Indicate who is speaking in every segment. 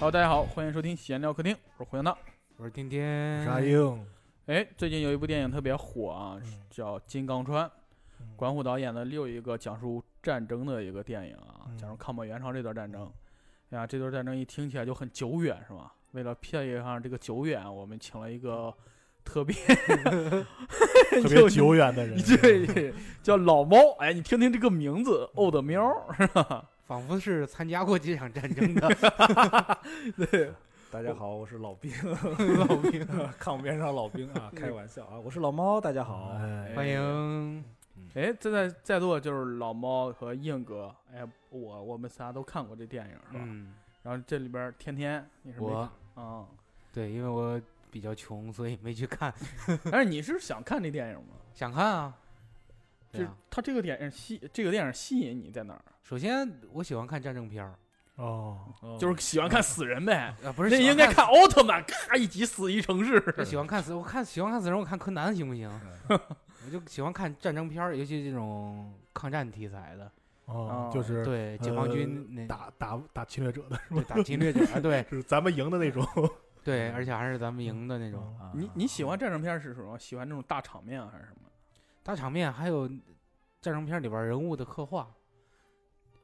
Speaker 1: Hello，大家好，欢迎收听闲聊客厅，我是胡杨道。
Speaker 2: 我是天天，
Speaker 3: 沙鹰，
Speaker 1: 哎，最近有一部电影特别火啊，
Speaker 2: 嗯
Speaker 1: 叫《金刚川》，
Speaker 3: 嗯
Speaker 1: 管虎导演的又一个讲述战争的一个电影啊，
Speaker 3: 嗯
Speaker 1: 讲述抗美援朝这段战争。哎呀，这段战争一听起来就很久远，是吧？为了配合上这个久远，啊我们请了一
Speaker 2: 嗯
Speaker 1: 个特别
Speaker 3: 特
Speaker 1: 特
Speaker 3: 别久远的
Speaker 2: 嗯
Speaker 3: 人，
Speaker 1: 对，叫老猫。哎，你听听这个名
Speaker 2: 嗯
Speaker 1: 字，old 喵，是吧？
Speaker 2: 仿佛是参加过几场战争的
Speaker 1: 对，
Speaker 4: 大家好，我是老 兵，
Speaker 2: 老兵。
Speaker 4: 抗边上老兵啊，开玩笑啊，我是老猫，大家好。
Speaker 3: 哎，
Speaker 2: 欢迎，
Speaker 1: 哎，这在在座就是老猫和硬哥，哎，我我们仨都看过这电影，是吧？
Speaker 2: 嗯，
Speaker 1: 然后这里边儿天天你是没
Speaker 2: 我
Speaker 1: 看啊，
Speaker 2: 对，因为我比较穷，所以没去看，
Speaker 1: 但是你是想看这电影吗？
Speaker 2: 想看啊。
Speaker 1: 就
Speaker 2: 对
Speaker 1: 是
Speaker 2: 啊，
Speaker 1: 它这个电影吸这个电影吸引你在哪儿？
Speaker 2: 首先我喜欢看战争片儿
Speaker 3: 哦，
Speaker 1: 就是喜欢看死人呗，
Speaker 2: 啊，不是
Speaker 1: 那
Speaker 2: 喜欢
Speaker 1: 应该看奥特曼，咔一集死一城市。
Speaker 2: 我喜欢看死，我看喜欢看死人，我看柯南行不行？ 我就喜欢看战争片儿，尤其这种抗战题材的，
Speaker 3: 哦
Speaker 1: 哦，
Speaker 3: 就是
Speaker 2: 对，解放军那
Speaker 3: 呃打打打侵略者的，
Speaker 2: 对打侵略者，啊 对
Speaker 3: 是咱们赢的那种。
Speaker 2: 对，而且还是咱们赢的那种
Speaker 3: 嗯
Speaker 4: 啊
Speaker 1: 你你喜欢战争片是什么？喜欢那种大场面啊还是什么？
Speaker 2: 大场面，还有战争片儿里边儿人物的刻画，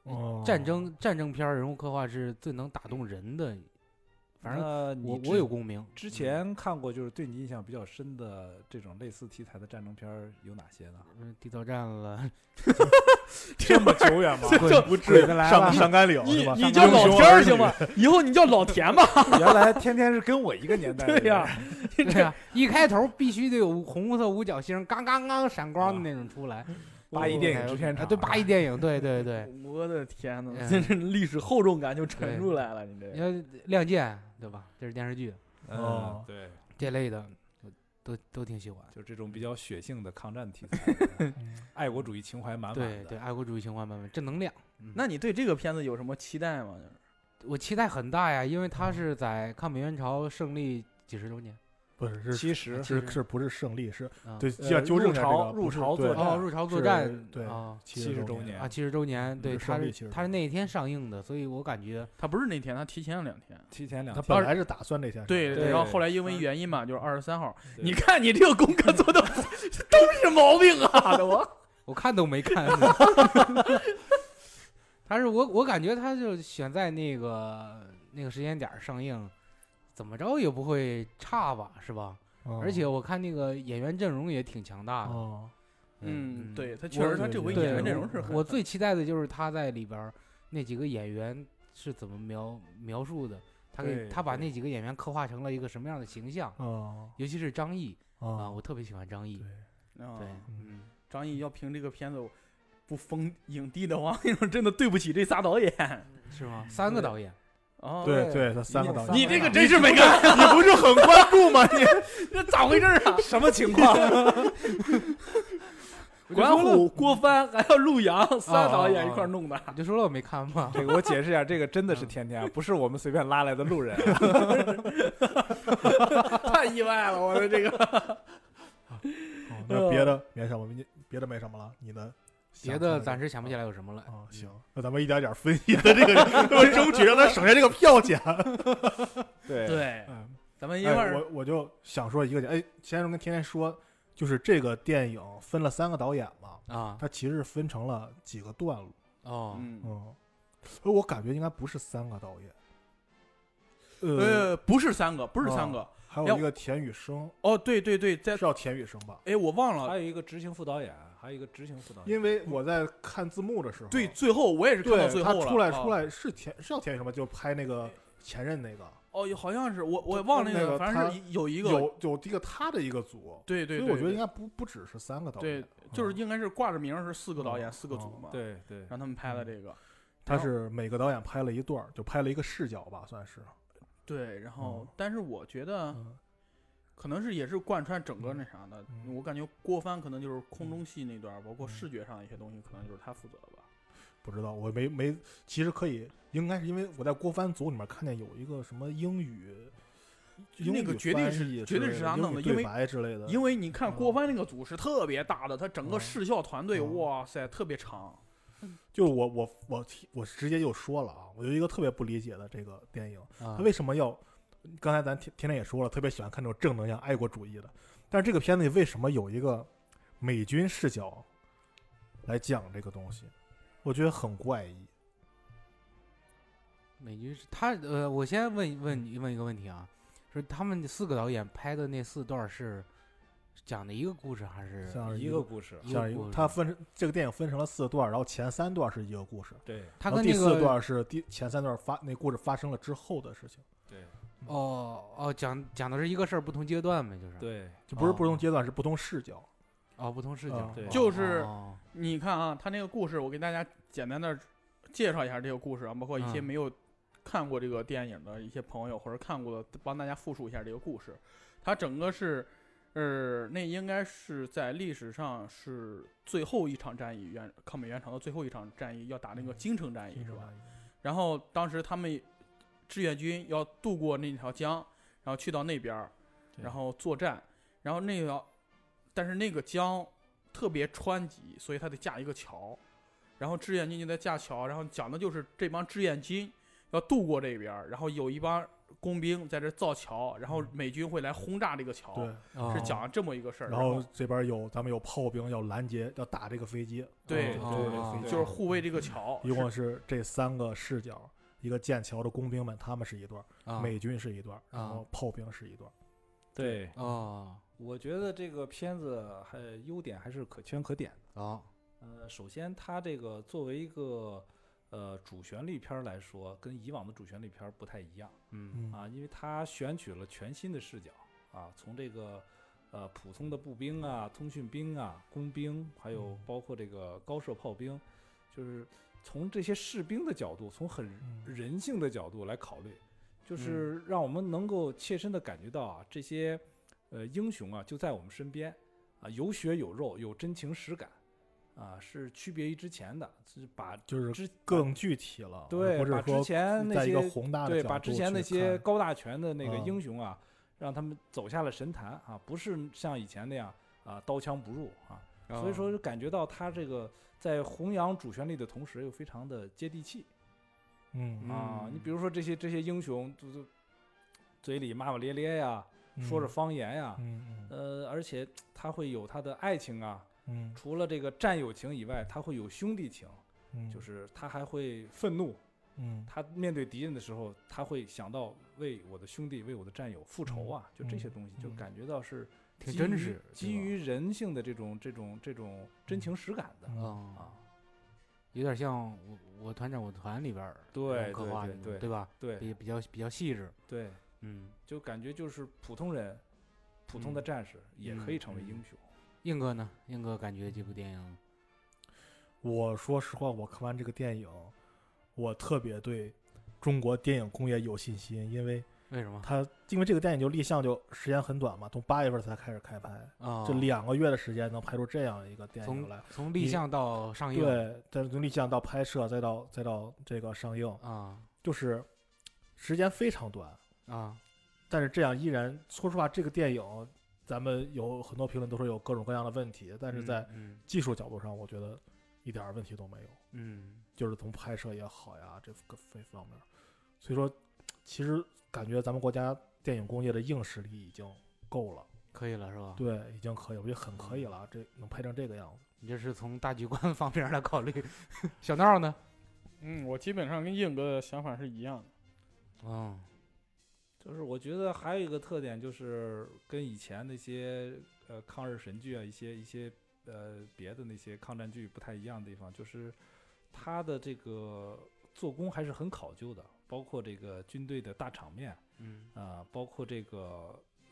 Speaker 3: 哦
Speaker 2: 战争战争片儿人物刻画是最能打动人的，反正
Speaker 4: 正
Speaker 2: 我我有共鸣。
Speaker 4: 之前看过，就是对你印象比较深的这种类似题材的战争片儿有哪些呢？
Speaker 2: 嗯地道战 了，
Speaker 3: 这么久远吗？
Speaker 2: 这
Speaker 3: 不至
Speaker 2: 鬼
Speaker 3: 于
Speaker 2: 子来
Speaker 3: 上
Speaker 2: 了
Speaker 3: 上甘岭
Speaker 1: 你
Speaker 3: 是吧？
Speaker 1: 你叫老天儿行吗？以后你叫老田吧。
Speaker 4: 原来天天是跟我一个年代的人。
Speaker 1: 对呀
Speaker 2: 对呀，一开头必须得有红色五角星，刚刚刚闪光的那种出来。
Speaker 4: 啊八一电影制片
Speaker 2: 啊，
Speaker 4: 厂，
Speaker 2: 对八一电影，对对 对，
Speaker 1: 我的天哪，
Speaker 2: 嗯
Speaker 1: 这是历史厚重感就沉出来了。你
Speaker 2: 你
Speaker 1: 这
Speaker 2: 要《亮剑》对吧？这是电视剧
Speaker 4: 嗯，
Speaker 3: 哦
Speaker 4: 对，
Speaker 2: 这类的，我都都挺喜欢。
Speaker 4: 就这种比较血性的抗战题材， 爱国主义情怀满满
Speaker 2: 对
Speaker 4: 的。嗯
Speaker 2: 对，爱国主义情怀满满，正能量。
Speaker 1: 那你对这个片子有什么期待吗？
Speaker 2: 我期待很大呀，因为
Speaker 4: 嗯
Speaker 2: 它是在抗美援朝胜利几十周年，
Speaker 3: 不是是
Speaker 4: 其实
Speaker 2: 其
Speaker 3: 是
Speaker 2: 实
Speaker 3: 是不是胜利？是
Speaker 2: 啊
Speaker 3: 对
Speaker 4: 呃
Speaker 3: 要纠正一下这个
Speaker 4: 入朝
Speaker 3: 不是
Speaker 4: 入朝
Speaker 3: 对啊
Speaker 4: 作战
Speaker 2: 哦，入朝作
Speaker 3: 是
Speaker 2: 战，
Speaker 3: 对
Speaker 2: 啊
Speaker 4: 七十
Speaker 3: 周
Speaker 4: 周年
Speaker 2: 啊，七十周年，对，
Speaker 3: 是
Speaker 2: 它
Speaker 3: 胜利
Speaker 2: 是
Speaker 3: 70
Speaker 2: 它是那一天上映的，所以我感觉
Speaker 1: 他不是那天，他提前了两天。
Speaker 4: 提前两
Speaker 3: 他
Speaker 4: 天，
Speaker 3: 本来是打算这天，
Speaker 1: 对，
Speaker 4: 对
Speaker 1: 然后后来因为原因嘛，就是二十三号。
Speaker 4: 对
Speaker 1: 你看你这个功课做的都是毛病 啊！我
Speaker 2: 我看都没看。 他是我，我感觉他就选在那个那个时间点儿上映，怎么着也不会差吧，是吧？
Speaker 3: 哦，
Speaker 2: 而且我看那个演员阵容也挺强大的。
Speaker 3: 哦，
Speaker 1: 嗯，对他确
Speaker 2: 我
Speaker 1: 实，他这回
Speaker 3: 对
Speaker 1: 演
Speaker 2: 对，
Speaker 1: 员阵容
Speaker 3: 我
Speaker 1: 是很
Speaker 2: 我最期待的就是他在里边儿那几个演员是怎么描描述的，他给
Speaker 4: 对
Speaker 2: 他把
Speaker 4: 对
Speaker 2: 那几个演员刻画成了一个什么样的形象，
Speaker 3: 哦
Speaker 2: 尤其是张译啊，
Speaker 3: 哦，
Speaker 2: 我特别喜欢张译
Speaker 3: 对。
Speaker 1: 啊
Speaker 2: 对，
Speaker 3: 嗯
Speaker 2: 嗯，
Speaker 1: 张译要凭这个片子不封影帝的话， 真的对不起这仨导演
Speaker 2: 是吗？三个导演，
Speaker 1: 哦，
Speaker 3: 对对，他三个
Speaker 4: 你
Speaker 3: 导
Speaker 1: 你
Speaker 3: 演，
Speaker 1: 这个
Speaker 4: 你
Speaker 1: 真是没干，
Speaker 3: 你不是很关注吗？你
Speaker 1: 这咋回事儿啊？
Speaker 4: 什么情况？
Speaker 1: 管虎、哦郭帆还有陆阳仨导演一块儿弄的，
Speaker 2: 我就说了我没看嘛。
Speaker 4: 这个我解释一下，这个真的是天天啊，不是我们随便拉来的路人啊。
Speaker 1: 太意外了！我的这个
Speaker 3: 哦那别的没什么，你别的没什么了，你的
Speaker 2: 别的暂
Speaker 3: 时
Speaker 2: 时想不起来有什么了。
Speaker 3: 啊，行，那咱们一点点分析他这个人，我争取让他省下这个票钱。
Speaker 4: 对
Speaker 1: 对，
Speaker 3: 嗯，
Speaker 1: 咱们一块
Speaker 3: 哎，
Speaker 1: 儿
Speaker 3: 我我就想说一个点，哎，先生跟天天说，就是这个电影分了三个导演嘛，
Speaker 2: 啊
Speaker 3: 它其实分成了几个段落，
Speaker 2: 哦，
Speaker 1: 嗯。
Speaker 3: 嗯，而我感觉应该不是三个导演，呃，
Speaker 1: 呃，不是三个，不是三
Speaker 3: 哦
Speaker 1: 个。
Speaker 3: 还有一个田雨生，
Speaker 1: 哦，对对对，在
Speaker 3: 是叫田雨生吧？
Speaker 1: 哎，我忘了
Speaker 4: 还，有一个执行副导演，还有一个执行副导演。
Speaker 3: 因为我在看字幕的时候，
Speaker 1: 对，最后我也是看到最
Speaker 3: 对，
Speaker 1: 后
Speaker 3: 他
Speaker 1: 了。
Speaker 3: 出来
Speaker 1: 啊
Speaker 3: 出来是田是叫田雨生吧？就拍那个前任那个，
Speaker 1: 哦，好像是我我忘了
Speaker 3: 那
Speaker 1: 个，
Speaker 3: 个
Speaker 1: 反正是有一个，
Speaker 3: 有有一个他的一个组，
Speaker 1: 对对对，
Speaker 3: 所以我觉得应
Speaker 1: 对
Speaker 3: 该不不只是嗯三个导演
Speaker 1: 对，，就是应该是挂着名儿是四个导演
Speaker 3: 哦
Speaker 1: 四个组嘛，，
Speaker 4: 对对，
Speaker 1: 让他们
Speaker 3: 嗯
Speaker 1: 拍的这个，
Speaker 3: 他是每个导演拍了一段儿，就拍了一个视角吧，算是。
Speaker 1: 对，然后
Speaker 3: 嗯
Speaker 1: 但是我觉得
Speaker 3: 嗯，
Speaker 1: 可能是也是贯穿整个那啥的，
Speaker 3: 嗯
Speaker 1: 我感觉郭帆可能就是空中戏那段儿，包括视觉上一些东西，可能就是他负责的吧。
Speaker 3: 不知道，我没没，其实可以，应该是因为我在郭帆组里面看见有一个什么英语，
Speaker 1: 那个
Speaker 3: 英语
Speaker 1: 绝对
Speaker 3: 翻
Speaker 1: 是
Speaker 3: 译之
Speaker 1: 绝对
Speaker 3: 类
Speaker 1: 是
Speaker 3: 的
Speaker 1: 他
Speaker 3: 英
Speaker 1: 弄的
Speaker 3: 语对
Speaker 1: 因为
Speaker 3: 白之类的，
Speaker 1: 因为你看
Speaker 3: 嗯
Speaker 1: 郭帆那个组是特别大的，他整个
Speaker 3: 嗯
Speaker 1: 视效团队，
Speaker 3: 嗯
Speaker 1: 哇塞，特别长。
Speaker 3: 就是我我我提我直接就说了啊，我有一个特别不理解的这个电影，
Speaker 2: 啊
Speaker 3: 他为什么要？刚才咱天天天也说了，特别喜欢看这种正能量、爱国主义的。但是这个片子里为什么有一个美军视角来讲这个东西？我觉得很怪异。
Speaker 2: 美剧是他呃，我先问问你问一个问题啊，说他们四个导演拍的那四段是讲的一个故事还是？
Speaker 3: 像
Speaker 4: 一个故事，
Speaker 2: 一
Speaker 3: 像
Speaker 2: 个故事
Speaker 3: 它分这个电影分成了四段，然后前三段是一个故事，
Speaker 4: 对
Speaker 2: 他
Speaker 3: 然
Speaker 2: 跟
Speaker 3: 后哦第
Speaker 2: 那
Speaker 3: 四
Speaker 2: 个
Speaker 3: 段是第前三段发那故事发生了之后的事情，
Speaker 4: 对
Speaker 2: 哦哦讲讲的是一个事儿不同阶段呗，就是
Speaker 4: 对，
Speaker 3: 就不是
Speaker 2: 哦
Speaker 3: 不同阶段，是不同视角。
Speaker 2: 哦不同视
Speaker 3: 啊
Speaker 2: 角，
Speaker 4: 对
Speaker 1: 就是
Speaker 2: 哦
Speaker 1: 你看啊，他那个故事，我给大家简单的介绍一下这个故事啊，包括一些
Speaker 2: 嗯
Speaker 1: 没有看过这个电影的一些朋友，或者看过的，帮大家复述一下这个故事。它整个是，呃，那应该是在历史上是最后一场战役，元抗美援朝的最后一场战役，要打那个京城战役是吧？？然后当时他们志愿军要渡过那条江，然后去到那边儿，
Speaker 4: 对
Speaker 1: 然后作战，然后那条，但是那个江特别湍急，所以他得架一个桥，然后志愿军就在架桥，然后讲的就是这帮志愿军要渡过这边儿，然后有一帮工兵在这造桥，然后美军会来轰炸这个桥，
Speaker 3: 嗯对，
Speaker 2: 哦
Speaker 1: 是讲了这么一个事儿，
Speaker 3: 然后这边有咱们有炮兵要拦截，要打这个飞机，
Speaker 1: 对
Speaker 2: 哦
Speaker 3: 对
Speaker 2: 哦
Speaker 3: 对
Speaker 1: 就是护卫这个桥，
Speaker 3: 一共是这三个视角，一个剑桥的工兵们，他们是一段儿，
Speaker 2: 啊
Speaker 3: 美军是一段儿，然
Speaker 2: 啊
Speaker 3: 后炮兵是一段儿。
Speaker 4: 对，
Speaker 2: 哦
Speaker 4: 我觉得这个片子还呃优点还是可圈可点的。
Speaker 2: 哦
Speaker 4: 呃，首先它这个作为一个呃主旋律片儿来说，跟以往的主旋律片儿不太一样
Speaker 2: 嗯
Speaker 3: 嗯，
Speaker 4: 啊，因为它选取了全新的视角啊，从这个呃普通的步兵啊、通讯兵啊、工兵，还有
Speaker 3: 嗯
Speaker 4: 包括这个高射炮兵，就是从这些士兵的角度，从很
Speaker 3: 嗯
Speaker 4: 人性的角度来考虑，就是让我们能够切身的感觉到啊，这些呃英雄啊就在我们身边啊，有血有肉，有真情实感啊，是区别于之前的，是把
Speaker 3: 就是
Speaker 4: 之
Speaker 3: 更具体了，
Speaker 4: 对
Speaker 3: 或者
Speaker 4: 把之
Speaker 3: 说
Speaker 4: 前那
Speaker 3: 在一个
Speaker 4: 些
Speaker 3: 宏大的
Speaker 4: 对
Speaker 3: 角
Speaker 4: 把
Speaker 3: 度
Speaker 4: 之前那
Speaker 3: 去
Speaker 4: 些
Speaker 3: 看
Speaker 4: 高大全的那个
Speaker 3: 嗯
Speaker 4: 英雄啊，让他们走下了神坛啊，不是像以前那样啊刀枪不入啊，
Speaker 2: 哦
Speaker 4: 所以说就感觉到他这个在弘扬主旋律的同时，又非常的接地气。
Speaker 3: 嗯
Speaker 4: 啊，你
Speaker 1: 嗯
Speaker 4: 比如说这些这些英雄，就就嘴里骂骂咧咧呀、说着方言呀、
Speaker 3: 嗯嗯
Speaker 4: 呃，而且他会有他的爱情啊，
Speaker 3: 嗯
Speaker 4: 除了这个战友情以外，他会有兄弟情，
Speaker 3: 嗯，
Speaker 4: 就是他还会愤怒，
Speaker 3: 嗯
Speaker 4: 他面对敌人的时候，他会想到为我的兄弟、为我的战友复仇啊，就这些东西，就
Speaker 3: 嗯
Speaker 4: 感觉到是
Speaker 2: 挺
Speaker 4: 基
Speaker 2: 真
Speaker 4: 于
Speaker 2: 实对
Speaker 4: 基
Speaker 2: 吧嗯
Speaker 4: 于人性的这种这种这种真情实感
Speaker 3: 嗯
Speaker 4: 的、
Speaker 2: 哦
Speaker 4: 啊，
Speaker 2: 有点像我我团长我团里边儿
Speaker 4: 对
Speaker 2: 刻
Speaker 4: 对
Speaker 2: 画
Speaker 4: 对
Speaker 2: 那种
Speaker 4: 对
Speaker 2: 对吧？
Speaker 4: 对
Speaker 2: 比比较比较细致，
Speaker 4: 对，
Speaker 2: 嗯，
Speaker 4: 就感觉就是普通人、普通的
Speaker 1: 嗯
Speaker 4: 战士也可以成为
Speaker 2: 嗯
Speaker 4: 英雄。
Speaker 2: 硬哥呢？硬哥感觉这部电影
Speaker 3: 我说实话，我看完这个电影，我特别对中国电影工业有信心，因为
Speaker 2: 为什么？
Speaker 3: 它因为这个电影就立项就时间很短嘛，从八月份才开始开拍，
Speaker 2: 啊，
Speaker 3: 这两个月的时间能拍出这样一个电影
Speaker 2: 从
Speaker 3: 来，
Speaker 2: 从立
Speaker 3: 你
Speaker 2: 项到上映，
Speaker 3: 对，再从立项到拍摄，再到再到这个上映，
Speaker 2: 啊
Speaker 3: 就是时间非常短。
Speaker 2: 啊，
Speaker 3: 但是这样依然，说实话，这个电影咱们有很多评论都说有各种各样的问题，但是在
Speaker 2: 嗯
Speaker 3: 技术角度上，我觉得一点儿问题都没有，
Speaker 2: 嗯
Speaker 3: 就是从拍摄也好呀，这个非方面儿，所以说，其实感觉咱们国家电影工业的硬实力已经够了，
Speaker 2: 可以了是吧？
Speaker 3: 对，已经可以，我觉得很可以了，这能拍成这个样子。
Speaker 2: 你这是从大局观 方面儿来考虑。小闹呢？
Speaker 1: 嗯，我基本上跟硬哥的想法是一样的，
Speaker 2: 嗯
Speaker 4: 就是我觉得还有一个特点，就是跟以前那些呃抗日神剧啊，一些一些呃别的那些抗战剧不太一样的地方，就是它的这个做工还是很考究的，包括这个军队的大场面
Speaker 2: 嗯
Speaker 4: 啊、包括这个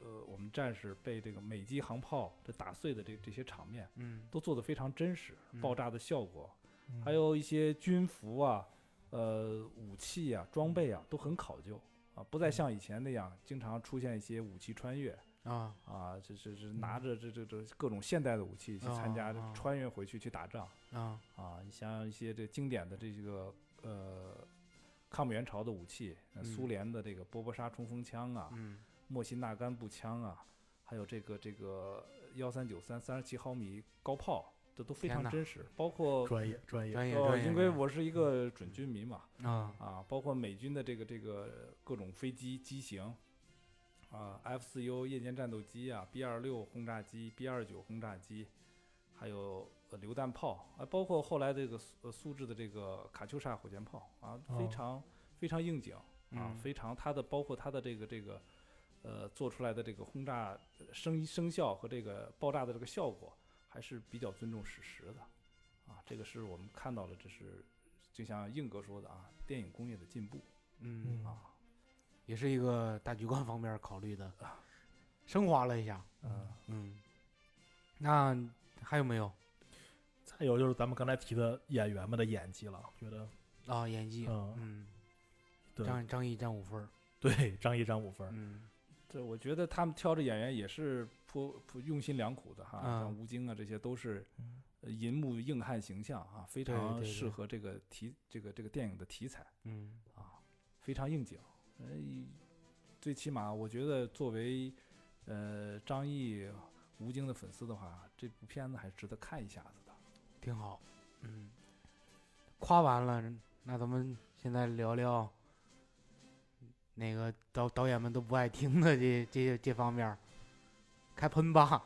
Speaker 4: 呃我们战士被这个美机航炮这打碎的这这些场面，
Speaker 2: 嗯
Speaker 4: 都做得非常真实，爆
Speaker 2: 嗯
Speaker 4: 炸的效果，
Speaker 3: 嗯
Speaker 4: 还有一些军服啊、呃武器
Speaker 2: 嗯
Speaker 4: 啊、装备啊都很考究啊，不再像以前那样经常出现一些武器穿越
Speaker 2: 啊
Speaker 4: 啊，这这这拿着这这这各种现代的武器去参加
Speaker 2: 啊啊
Speaker 4: 穿越回去去打仗
Speaker 2: 啊
Speaker 4: 啊，你像一些这经典的这个呃抗美援朝的武器，呃苏
Speaker 2: 嗯
Speaker 4: 联的这个波波沙冲锋枪啊，
Speaker 2: 嗯
Speaker 4: 莫辛纳甘步枪啊，还有这个这个幺三九三三十七毫米高炮这都非
Speaker 2: 天
Speaker 4: 常
Speaker 2: 哪
Speaker 4: 真实，包括
Speaker 3: 专业专业，
Speaker 2: 专业
Speaker 4: 哦，
Speaker 2: 专业，
Speaker 4: 因为我是一个准军迷嘛，
Speaker 2: 啊
Speaker 4: 啊，包括美军的这个这个各种飞机机型，啊，F 四 U 夜间战斗机啊，B 二六轰炸机、B 二九轰炸机，还有呃榴弹炮啊，包括后来这个苏呃苏制的这个卡秋莎火箭炮啊，非
Speaker 3: 哦
Speaker 4: 常、非常应景啊，
Speaker 2: 嗯
Speaker 4: 非常它的包括它的这个这个呃做出来的这个轰炸呃声声效和这个爆炸的这个效果，还是比较尊重史实的。啊，这个是我们看到了，这是就像硬哥说的啊，电影工业的进步
Speaker 2: 嗯，
Speaker 3: 嗯
Speaker 4: 啊，
Speaker 2: 也是一个大局观方面考虑的
Speaker 4: 啊，
Speaker 2: 升华了一下。
Speaker 3: 嗯。
Speaker 2: 嗯，那还有没有
Speaker 3: 再有就是咱们刚才提的演员们的演技了，觉得
Speaker 2: 啊？演技，
Speaker 3: 嗯
Speaker 2: 嗯，
Speaker 3: 对
Speaker 2: 张张译占五分儿，
Speaker 3: 对张一、张五分儿，
Speaker 2: 嗯
Speaker 4: 这我觉得他们挑着演员也是颇颇用心良苦的哈，
Speaker 2: 嗯
Speaker 4: 像吴京啊这些都是
Speaker 3: 嗯
Speaker 4: 呃银幕硬汉形象啊，非
Speaker 2: 对
Speaker 4: 常
Speaker 2: 对
Speaker 4: 适
Speaker 2: 对
Speaker 4: 合这个题这个这个电影的题材
Speaker 2: 嗯
Speaker 4: 啊，非常应景。呃，最起码我觉得作为呃张译、吴京的粉丝的话，这部片子还是值得看一下子的。
Speaker 2: 挺好，嗯，夸完了，那咱们现在聊聊那个导导演们都不爱听的这这这方面儿，开喷吧，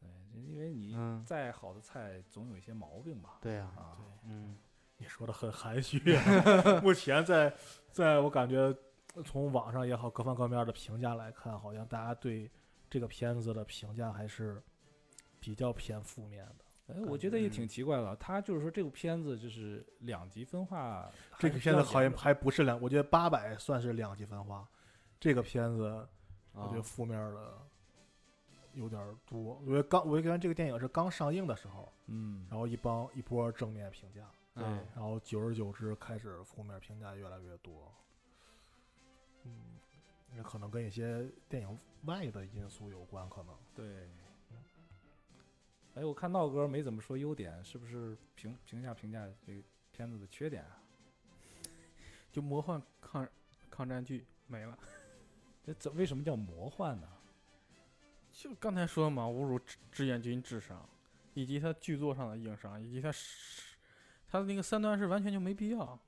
Speaker 4: 对，哎因为你
Speaker 2: 嗯，
Speaker 4: 再好的菜总有一些毛病吧。
Speaker 2: 对啊，
Speaker 4: 啊，
Speaker 2: 嗯
Speaker 3: 你说的很含蓄啊。 目前在在我感觉从网上也好，各方各面的评价来看，好像大家对这个片子的评价还是比较偏负面的。
Speaker 4: 哎，
Speaker 3: 感
Speaker 4: 我
Speaker 3: 觉
Speaker 4: 觉得也
Speaker 2: 嗯
Speaker 4: 挺奇怪的。他就是说这部片子就是两极分化，
Speaker 3: 这个片子好像
Speaker 4: 像
Speaker 3: 还不是两，我觉得八百算是两极分化。这个片子我
Speaker 2: 啊
Speaker 3: 觉得负面的有点儿多。我觉得刚，我觉得这个电影是刚上映的时候，
Speaker 4: 嗯，哎
Speaker 3: 然后一帮一波正面评价，
Speaker 4: 对
Speaker 2: 嗯
Speaker 3: 然后久而久之开始负面评价越来越多。嗯，那可能跟一些电影外的因素有关，可能
Speaker 4: 对。哎，我看闹哥没怎么说优点，是不是评评价评价这个片子的缺点啊？
Speaker 1: 就魔幻抗抗战剧没了。
Speaker 4: 这怎为什么叫魔幻呢？
Speaker 1: 就刚才说的嘛，侮辱志志愿军智商，以及他剧作上的硬伤，以及他是他的那个三段式完全就没必要。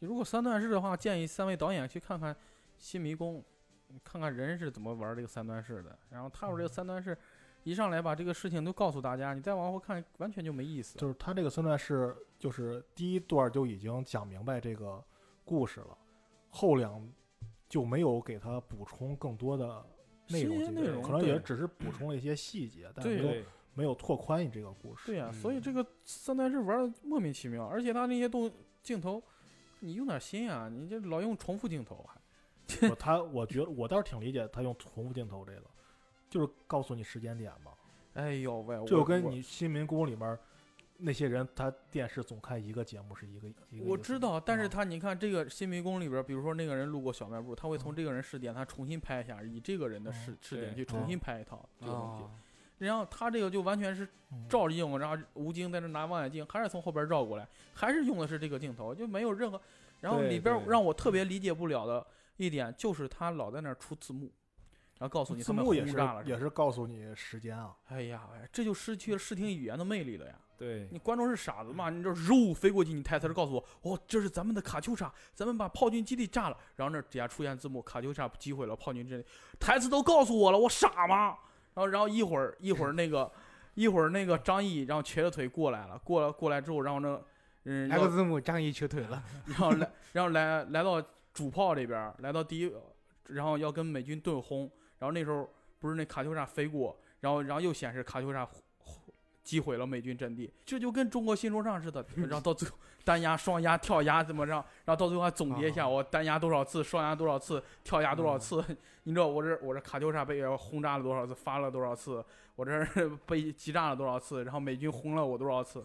Speaker 1: 如果三段式的话，建议三位导演去看看《新迷宫》，看看人是怎么玩这个三段式的，然后踏入这个三段式，一上来把这个事情都告诉大家，你再往后看完全就没意思。
Speaker 3: 就是他这个三段是就是第一段就已经讲明白这个故事了，后两就没有给他补充更多的内容
Speaker 1: 新
Speaker 3: 进
Speaker 1: 鲜
Speaker 3: 去，
Speaker 1: 内容
Speaker 3: 可能也
Speaker 1: 对
Speaker 3: 只是补充了一些细节，但
Speaker 1: 对
Speaker 3: 没有没有拓宽你这个故事。
Speaker 1: 对呀、所以
Speaker 2: 嗯
Speaker 1: 这个三段式玩的莫名其妙，而且他那些动镜头，你用点心啊，你这老用重复镜头还。
Speaker 3: 我他我觉得我倒是挺理解他用重复镜头这个，就是告诉你时间点嘛。
Speaker 1: 哎呦喂，我
Speaker 3: 这就跟
Speaker 1: 我
Speaker 3: 你新民工里面儿那些人，他电视总看一个节目是一个一个。
Speaker 1: 我
Speaker 3: 一个
Speaker 1: 知
Speaker 3: 节
Speaker 1: 道，
Speaker 3: 目
Speaker 1: 但是
Speaker 3: 啊
Speaker 1: 他你看这个新迷宫里边儿，比如说那个人路过小卖部，他会从这个人视点，他重新拍一下，以这个人的视
Speaker 3: 嗯
Speaker 1: 视点
Speaker 4: 对
Speaker 1: 去重
Speaker 3: 嗯
Speaker 1: 新拍一套这个东西。
Speaker 2: 啊
Speaker 1: 然后他这个就完全是
Speaker 3: 嗯
Speaker 1: 照着用，然后吴京在那拿望远镜，还是从后边绕过来，还是用的是这个镜头，就没有任何。然后
Speaker 4: 对
Speaker 1: 里边儿
Speaker 4: 对
Speaker 1: 让我特
Speaker 3: 嗯
Speaker 1: 别理解不了的一点就是他老在那儿出字幕，然后告诉你
Speaker 3: 字
Speaker 1: 他们
Speaker 3: 幕也
Speaker 1: 轰
Speaker 3: 是
Speaker 1: 炸了
Speaker 3: 也
Speaker 1: 什么。
Speaker 3: 是告诉你时间啊，
Speaker 1: 哎呀，哎这就失去了视听语言的魅力了呀。
Speaker 4: 对
Speaker 1: 你观众是傻子嘛？你这肉飞过去，你台词儿告诉我，哦，这是咱们的卡秋莎，咱们把炮军基地炸了。然后那底下出现字幕，卡秋莎击毁了炮军基地，台词都告诉我了，我傻吗？然后，然后一会儿一会儿那个一会儿那个张译，然后瘸着腿过来了，过来过来之后，然后那嗯，
Speaker 2: 来
Speaker 1: 要
Speaker 2: 个字幕，张译瘸腿了，
Speaker 1: 然后来，然后来来到主炮这边儿，来到第一，然后要跟美军对轰，然后那时候不是那卡秋莎飞过，然后然后又显示卡秋莎轰轰击毁了美军阵地，这就跟中国新说唱似的，然后到最后单压、双压、跳压怎么着，然后到最后还总结一下
Speaker 2: 啊
Speaker 1: 我单压多少次，双压多少次，跳压多少次， 你知道我这我这卡秋莎被轰炸了多少次，发了多少次，我这儿 被击炸了多少次，然后美军轰了我多少次，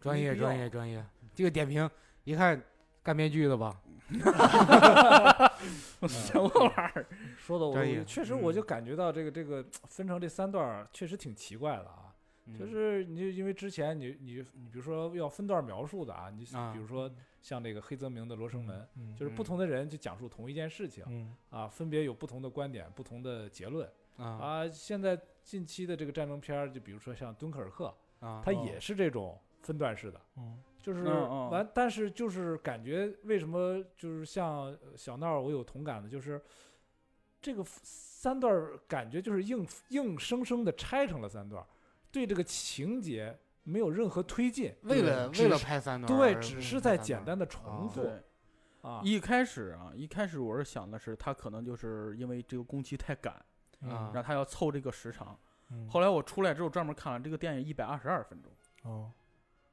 Speaker 2: 专
Speaker 1: 没
Speaker 2: 业
Speaker 1: 必
Speaker 2: 专
Speaker 1: 要
Speaker 2: 业专业，这个点评一看干编剧的吧，
Speaker 1: 什么玩意儿？
Speaker 4: 说的我
Speaker 2: 专业
Speaker 4: 确实
Speaker 2: 嗯
Speaker 4: 我就感觉到这个这个分成这三段儿确实挺奇怪的啊。就
Speaker 2: 嗯
Speaker 4: 是你就因为之前你你你比如说要分段描述的啊，你
Speaker 2: 啊
Speaker 4: 比如说像这个黑泽明的《罗生门》，
Speaker 3: 嗯，
Speaker 4: 就是不
Speaker 2: 嗯
Speaker 4: 同的人就讲述同一件事情
Speaker 3: 嗯
Speaker 4: 啊，分别有不同的观点、不同的结论
Speaker 2: 啊
Speaker 4: 啊。现在近期的这个战争片儿，就比如说像《敦刻尔克》
Speaker 2: 啊，
Speaker 4: 它
Speaker 1: 哦
Speaker 4: 也是这种分段式的，
Speaker 3: 嗯
Speaker 4: 就是
Speaker 1: 嗯嗯
Speaker 4: 完，但是就是感觉为什么就是像呃小闹儿我有同感的，就是这个 f- 三段儿感觉就是硬硬生生的拆成了三段儿，对这个情节没有任何推进，
Speaker 2: 为了
Speaker 4: 只
Speaker 2: 为了
Speaker 4: 是
Speaker 2: 拍三段儿，
Speaker 4: 对，
Speaker 2: 而
Speaker 4: 只
Speaker 2: 不
Speaker 4: 是
Speaker 2: 拍
Speaker 4: 在
Speaker 2: 三
Speaker 4: 简
Speaker 2: 段
Speaker 4: 单
Speaker 2: 儿
Speaker 4: 的重
Speaker 2: 啊
Speaker 4: 复
Speaker 1: 哦对，
Speaker 4: 啊，
Speaker 1: 一开始啊，一开始我是想的是他可能就是因为这个工期太赶，
Speaker 2: 啊
Speaker 4: 嗯
Speaker 1: 然后他要凑这个时长。
Speaker 3: 嗯
Speaker 1: 后来我出来之后专门看了这个电影一百二十二分钟，
Speaker 3: 哦，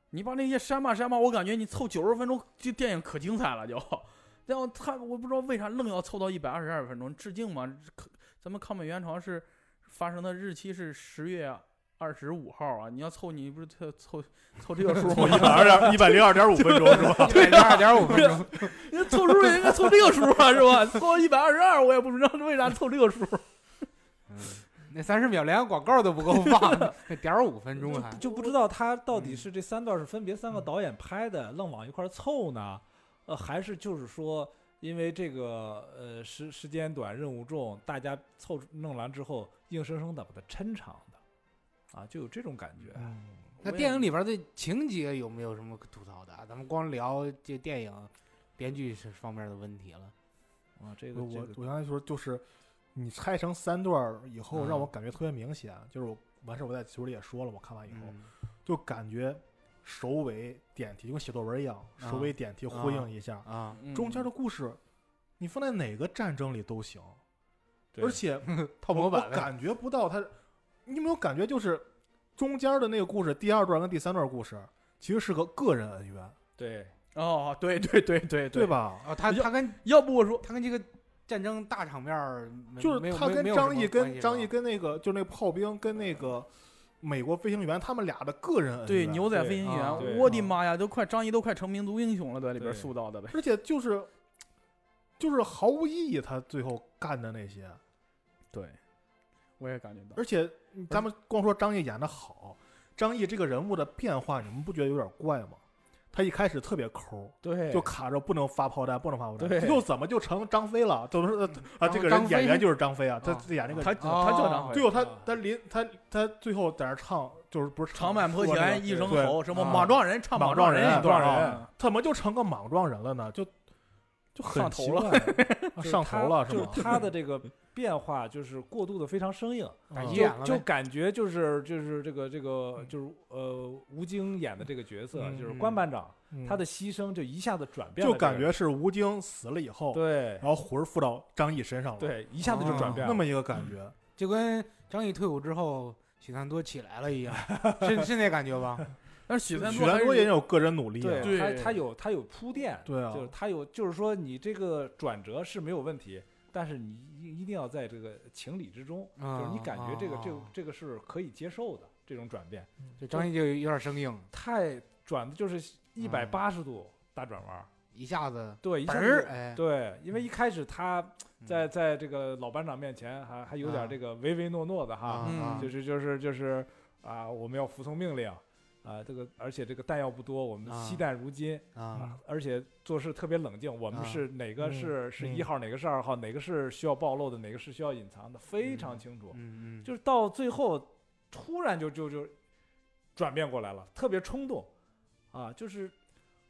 Speaker 1: 你把那些删吧删吧，我感觉你凑九十分钟，这电影可精彩了就。然后他我不知道为啥愣要凑到一百二十二分钟致敬嘛？可咱们抗美援朝是发生的日期是十月二十五号啊，你要凑你不是凑凑凑这个数
Speaker 3: 我一百
Speaker 1: 吗？
Speaker 3: 二点一百零二点五分钟是吧？
Speaker 2: 对二点五分钟，
Speaker 1: 人家 凑数也应该凑这个数啊，是吧？凑一百二十二，我也不知道为啥凑这个数。
Speaker 2: 嗯 那三十秒连个广告都不够放，那点儿五分钟还
Speaker 4: 就不知道他到底
Speaker 2: 嗯
Speaker 4: 是这三段是分别三个
Speaker 3: 嗯
Speaker 4: 导演拍的，愣往一块儿凑呢，呃，还是就是说，因为这个呃时时间短，任务重，大家凑出弄完之后，硬生生的把它抻长的，啊，就有这种感觉。
Speaker 3: 嗯
Speaker 2: 那电影里边的情节有没有什么可吐槽的啊？咱们光聊这电影编剧是方面的问题了。
Speaker 4: 啊，这个
Speaker 3: 我
Speaker 4: 这
Speaker 3: 我
Speaker 4: 个
Speaker 3: 我刚才说就是，你拆成三段儿以后，
Speaker 2: 嗯
Speaker 3: 让我感觉特别明显，就是我完事儿我在群里也说了，我看完以后
Speaker 2: 嗯，
Speaker 3: 就感觉首尾点题，就跟写作文一样，
Speaker 2: 啊
Speaker 3: 首尾点题呼应一下，嗯
Speaker 2: 啊，
Speaker 1: 嗯
Speaker 3: 中间的故事你放在哪个战争里都行，而且
Speaker 2: 套模
Speaker 3: 我
Speaker 2: 板呗
Speaker 3: 感觉不到它，你有没有感觉就是中间的那个故事，第二段跟第三段故事其实是个个人恩怨，
Speaker 4: 对
Speaker 1: 哦，对对对对
Speaker 3: 对？吧？
Speaker 2: 啊，他他跟
Speaker 1: 要不 我说
Speaker 2: 他跟这个战争大场面儿没
Speaker 3: 就是
Speaker 2: 没有
Speaker 3: 他
Speaker 2: 没有
Speaker 3: 跟
Speaker 2: 没有
Speaker 3: 张
Speaker 2: 什么
Speaker 3: 译
Speaker 2: 关
Speaker 3: 跟
Speaker 2: 系
Speaker 3: 张
Speaker 2: 是
Speaker 3: 译
Speaker 2: 吧
Speaker 3: 跟那个就是那个炮兵跟那个美国飞行员他们俩的个人恩
Speaker 1: 对
Speaker 3: 怨
Speaker 1: 牛仔
Speaker 4: 对
Speaker 1: 飞行
Speaker 2: 啊
Speaker 1: 员，
Speaker 4: 对
Speaker 1: 我的妈呀，都快张译都快成民族英雄了，在里边
Speaker 4: 对
Speaker 1: 塑造的呗。
Speaker 3: 而且就是就是毫无意义，他最后干的那些，
Speaker 1: 对，我也感觉到。
Speaker 3: 而且咱们光说张译演的好，张译这个人物的变化，你们不觉得有点怪吗？他一开始特别抠，
Speaker 4: 对，
Speaker 3: 就卡着不能发炮弹，不能发炮弹，
Speaker 4: 对
Speaker 3: 最后怎么就成张飞了？怎么说啊？
Speaker 2: 张
Speaker 3: 这个
Speaker 2: 嗯张
Speaker 3: 人
Speaker 2: 飞
Speaker 3: 演员就是张飞啊，他
Speaker 2: 啊
Speaker 3: 他演那个
Speaker 1: 他
Speaker 2: 哦
Speaker 1: 他叫张
Speaker 3: 最
Speaker 1: 飞，
Speaker 3: 后他
Speaker 4: 啊
Speaker 3: 他临他他最后在那唱，就是不是
Speaker 1: 长坂坡
Speaker 3: 说那个
Speaker 1: 前一声
Speaker 3: 对
Speaker 1: 吼，什么
Speaker 2: 啊
Speaker 1: 莽撞人唱
Speaker 3: 莽
Speaker 1: 撞
Speaker 3: 撞人
Speaker 1: 一段
Speaker 3: 莽撞
Speaker 1: 儿
Speaker 3: 人
Speaker 1: 啊，
Speaker 3: 怎么就成个莽撞人了呢？就就很
Speaker 1: 上头
Speaker 3: 奇怪
Speaker 1: 了
Speaker 3: 啊
Speaker 4: 就是
Speaker 3: 上
Speaker 4: 他
Speaker 3: 头了是
Speaker 4: 就
Speaker 3: 吗
Speaker 4: 是？他的这个变化就是过渡的非常生硬。
Speaker 2: 打
Speaker 1: 哎
Speaker 3: 嗯
Speaker 2: 一
Speaker 4: 就
Speaker 2: 演了
Speaker 4: 就
Speaker 2: 呗
Speaker 4: 感觉就是就是这个这个就是呃吴京演的这个角色，
Speaker 3: 嗯
Speaker 4: 就是
Speaker 2: 嗯
Speaker 4: 关班长，
Speaker 3: 嗯
Speaker 4: 他的牺牲就一下子转变了这
Speaker 3: 就
Speaker 4: 个
Speaker 3: 感
Speaker 4: 人，
Speaker 3: 觉是吴京死了以后，
Speaker 4: 对
Speaker 3: 然后魂儿附到张译身上了，，
Speaker 4: 对，一下子就转变了。
Speaker 3: 哦那么
Speaker 1: 嗯
Speaker 3: 一个感觉。
Speaker 2: 就跟张译退伍之后许三多起来了一样， 是是那感觉 吧？
Speaker 1: 但是许三
Speaker 3: 许
Speaker 1: 多还
Speaker 3: 三
Speaker 1: 是
Speaker 3: 多也有个人努力啊，
Speaker 1: 对
Speaker 4: 他他有他有铺垫，
Speaker 3: 对啊
Speaker 4: 就是他有就是说你这个转折是没有问题，但是你一一定要在这个情理之中，
Speaker 3: 啊
Speaker 2: 嗯
Speaker 4: 就是你感觉这个这个
Speaker 2: 啊
Speaker 4: 这个是可以接受的这种转变，
Speaker 2: 就张译就有点生硬，
Speaker 4: 太转的就是一
Speaker 3: 嗯
Speaker 4: 百八十度大转弯儿，
Speaker 2: 一下子
Speaker 4: 对，一
Speaker 2: 本
Speaker 4: 下
Speaker 2: 儿
Speaker 4: 子。
Speaker 2: 哎，
Speaker 4: 对，因为一开始他
Speaker 2: 嗯
Speaker 4: 在在这个老班长面前还还有
Speaker 2: 啊
Speaker 4: 点这个唯唯诺诺的哈，
Speaker 1: 嗯
Speaker 2: 啊
Speaker 4: 就是就是就是啊，我们要服从命令啊，这个而且这个弹药不多，我们
Speaker 2: 啊
Speaker 4: 惜弹如金
Speaker 2: 啊
Speaker 4: 啊，而且做事特别冷静，我
Speaker 2: 啊
Speaker 4: 们是哪个
Speaker 3: 嗯
Speaker 4: 是是一
Speaker 3: 嗯
Speaker 4: 号，哪个是二号，哪个是需要暴露的，哪个是需要隐藏的，非常
Speaker 2: 嗯
Speaker 4: 清楚。
Speaker 2: 嗯嗯，
Speaker 4: 就是到最后突然就就就转变过来了，特别冲动啊，就是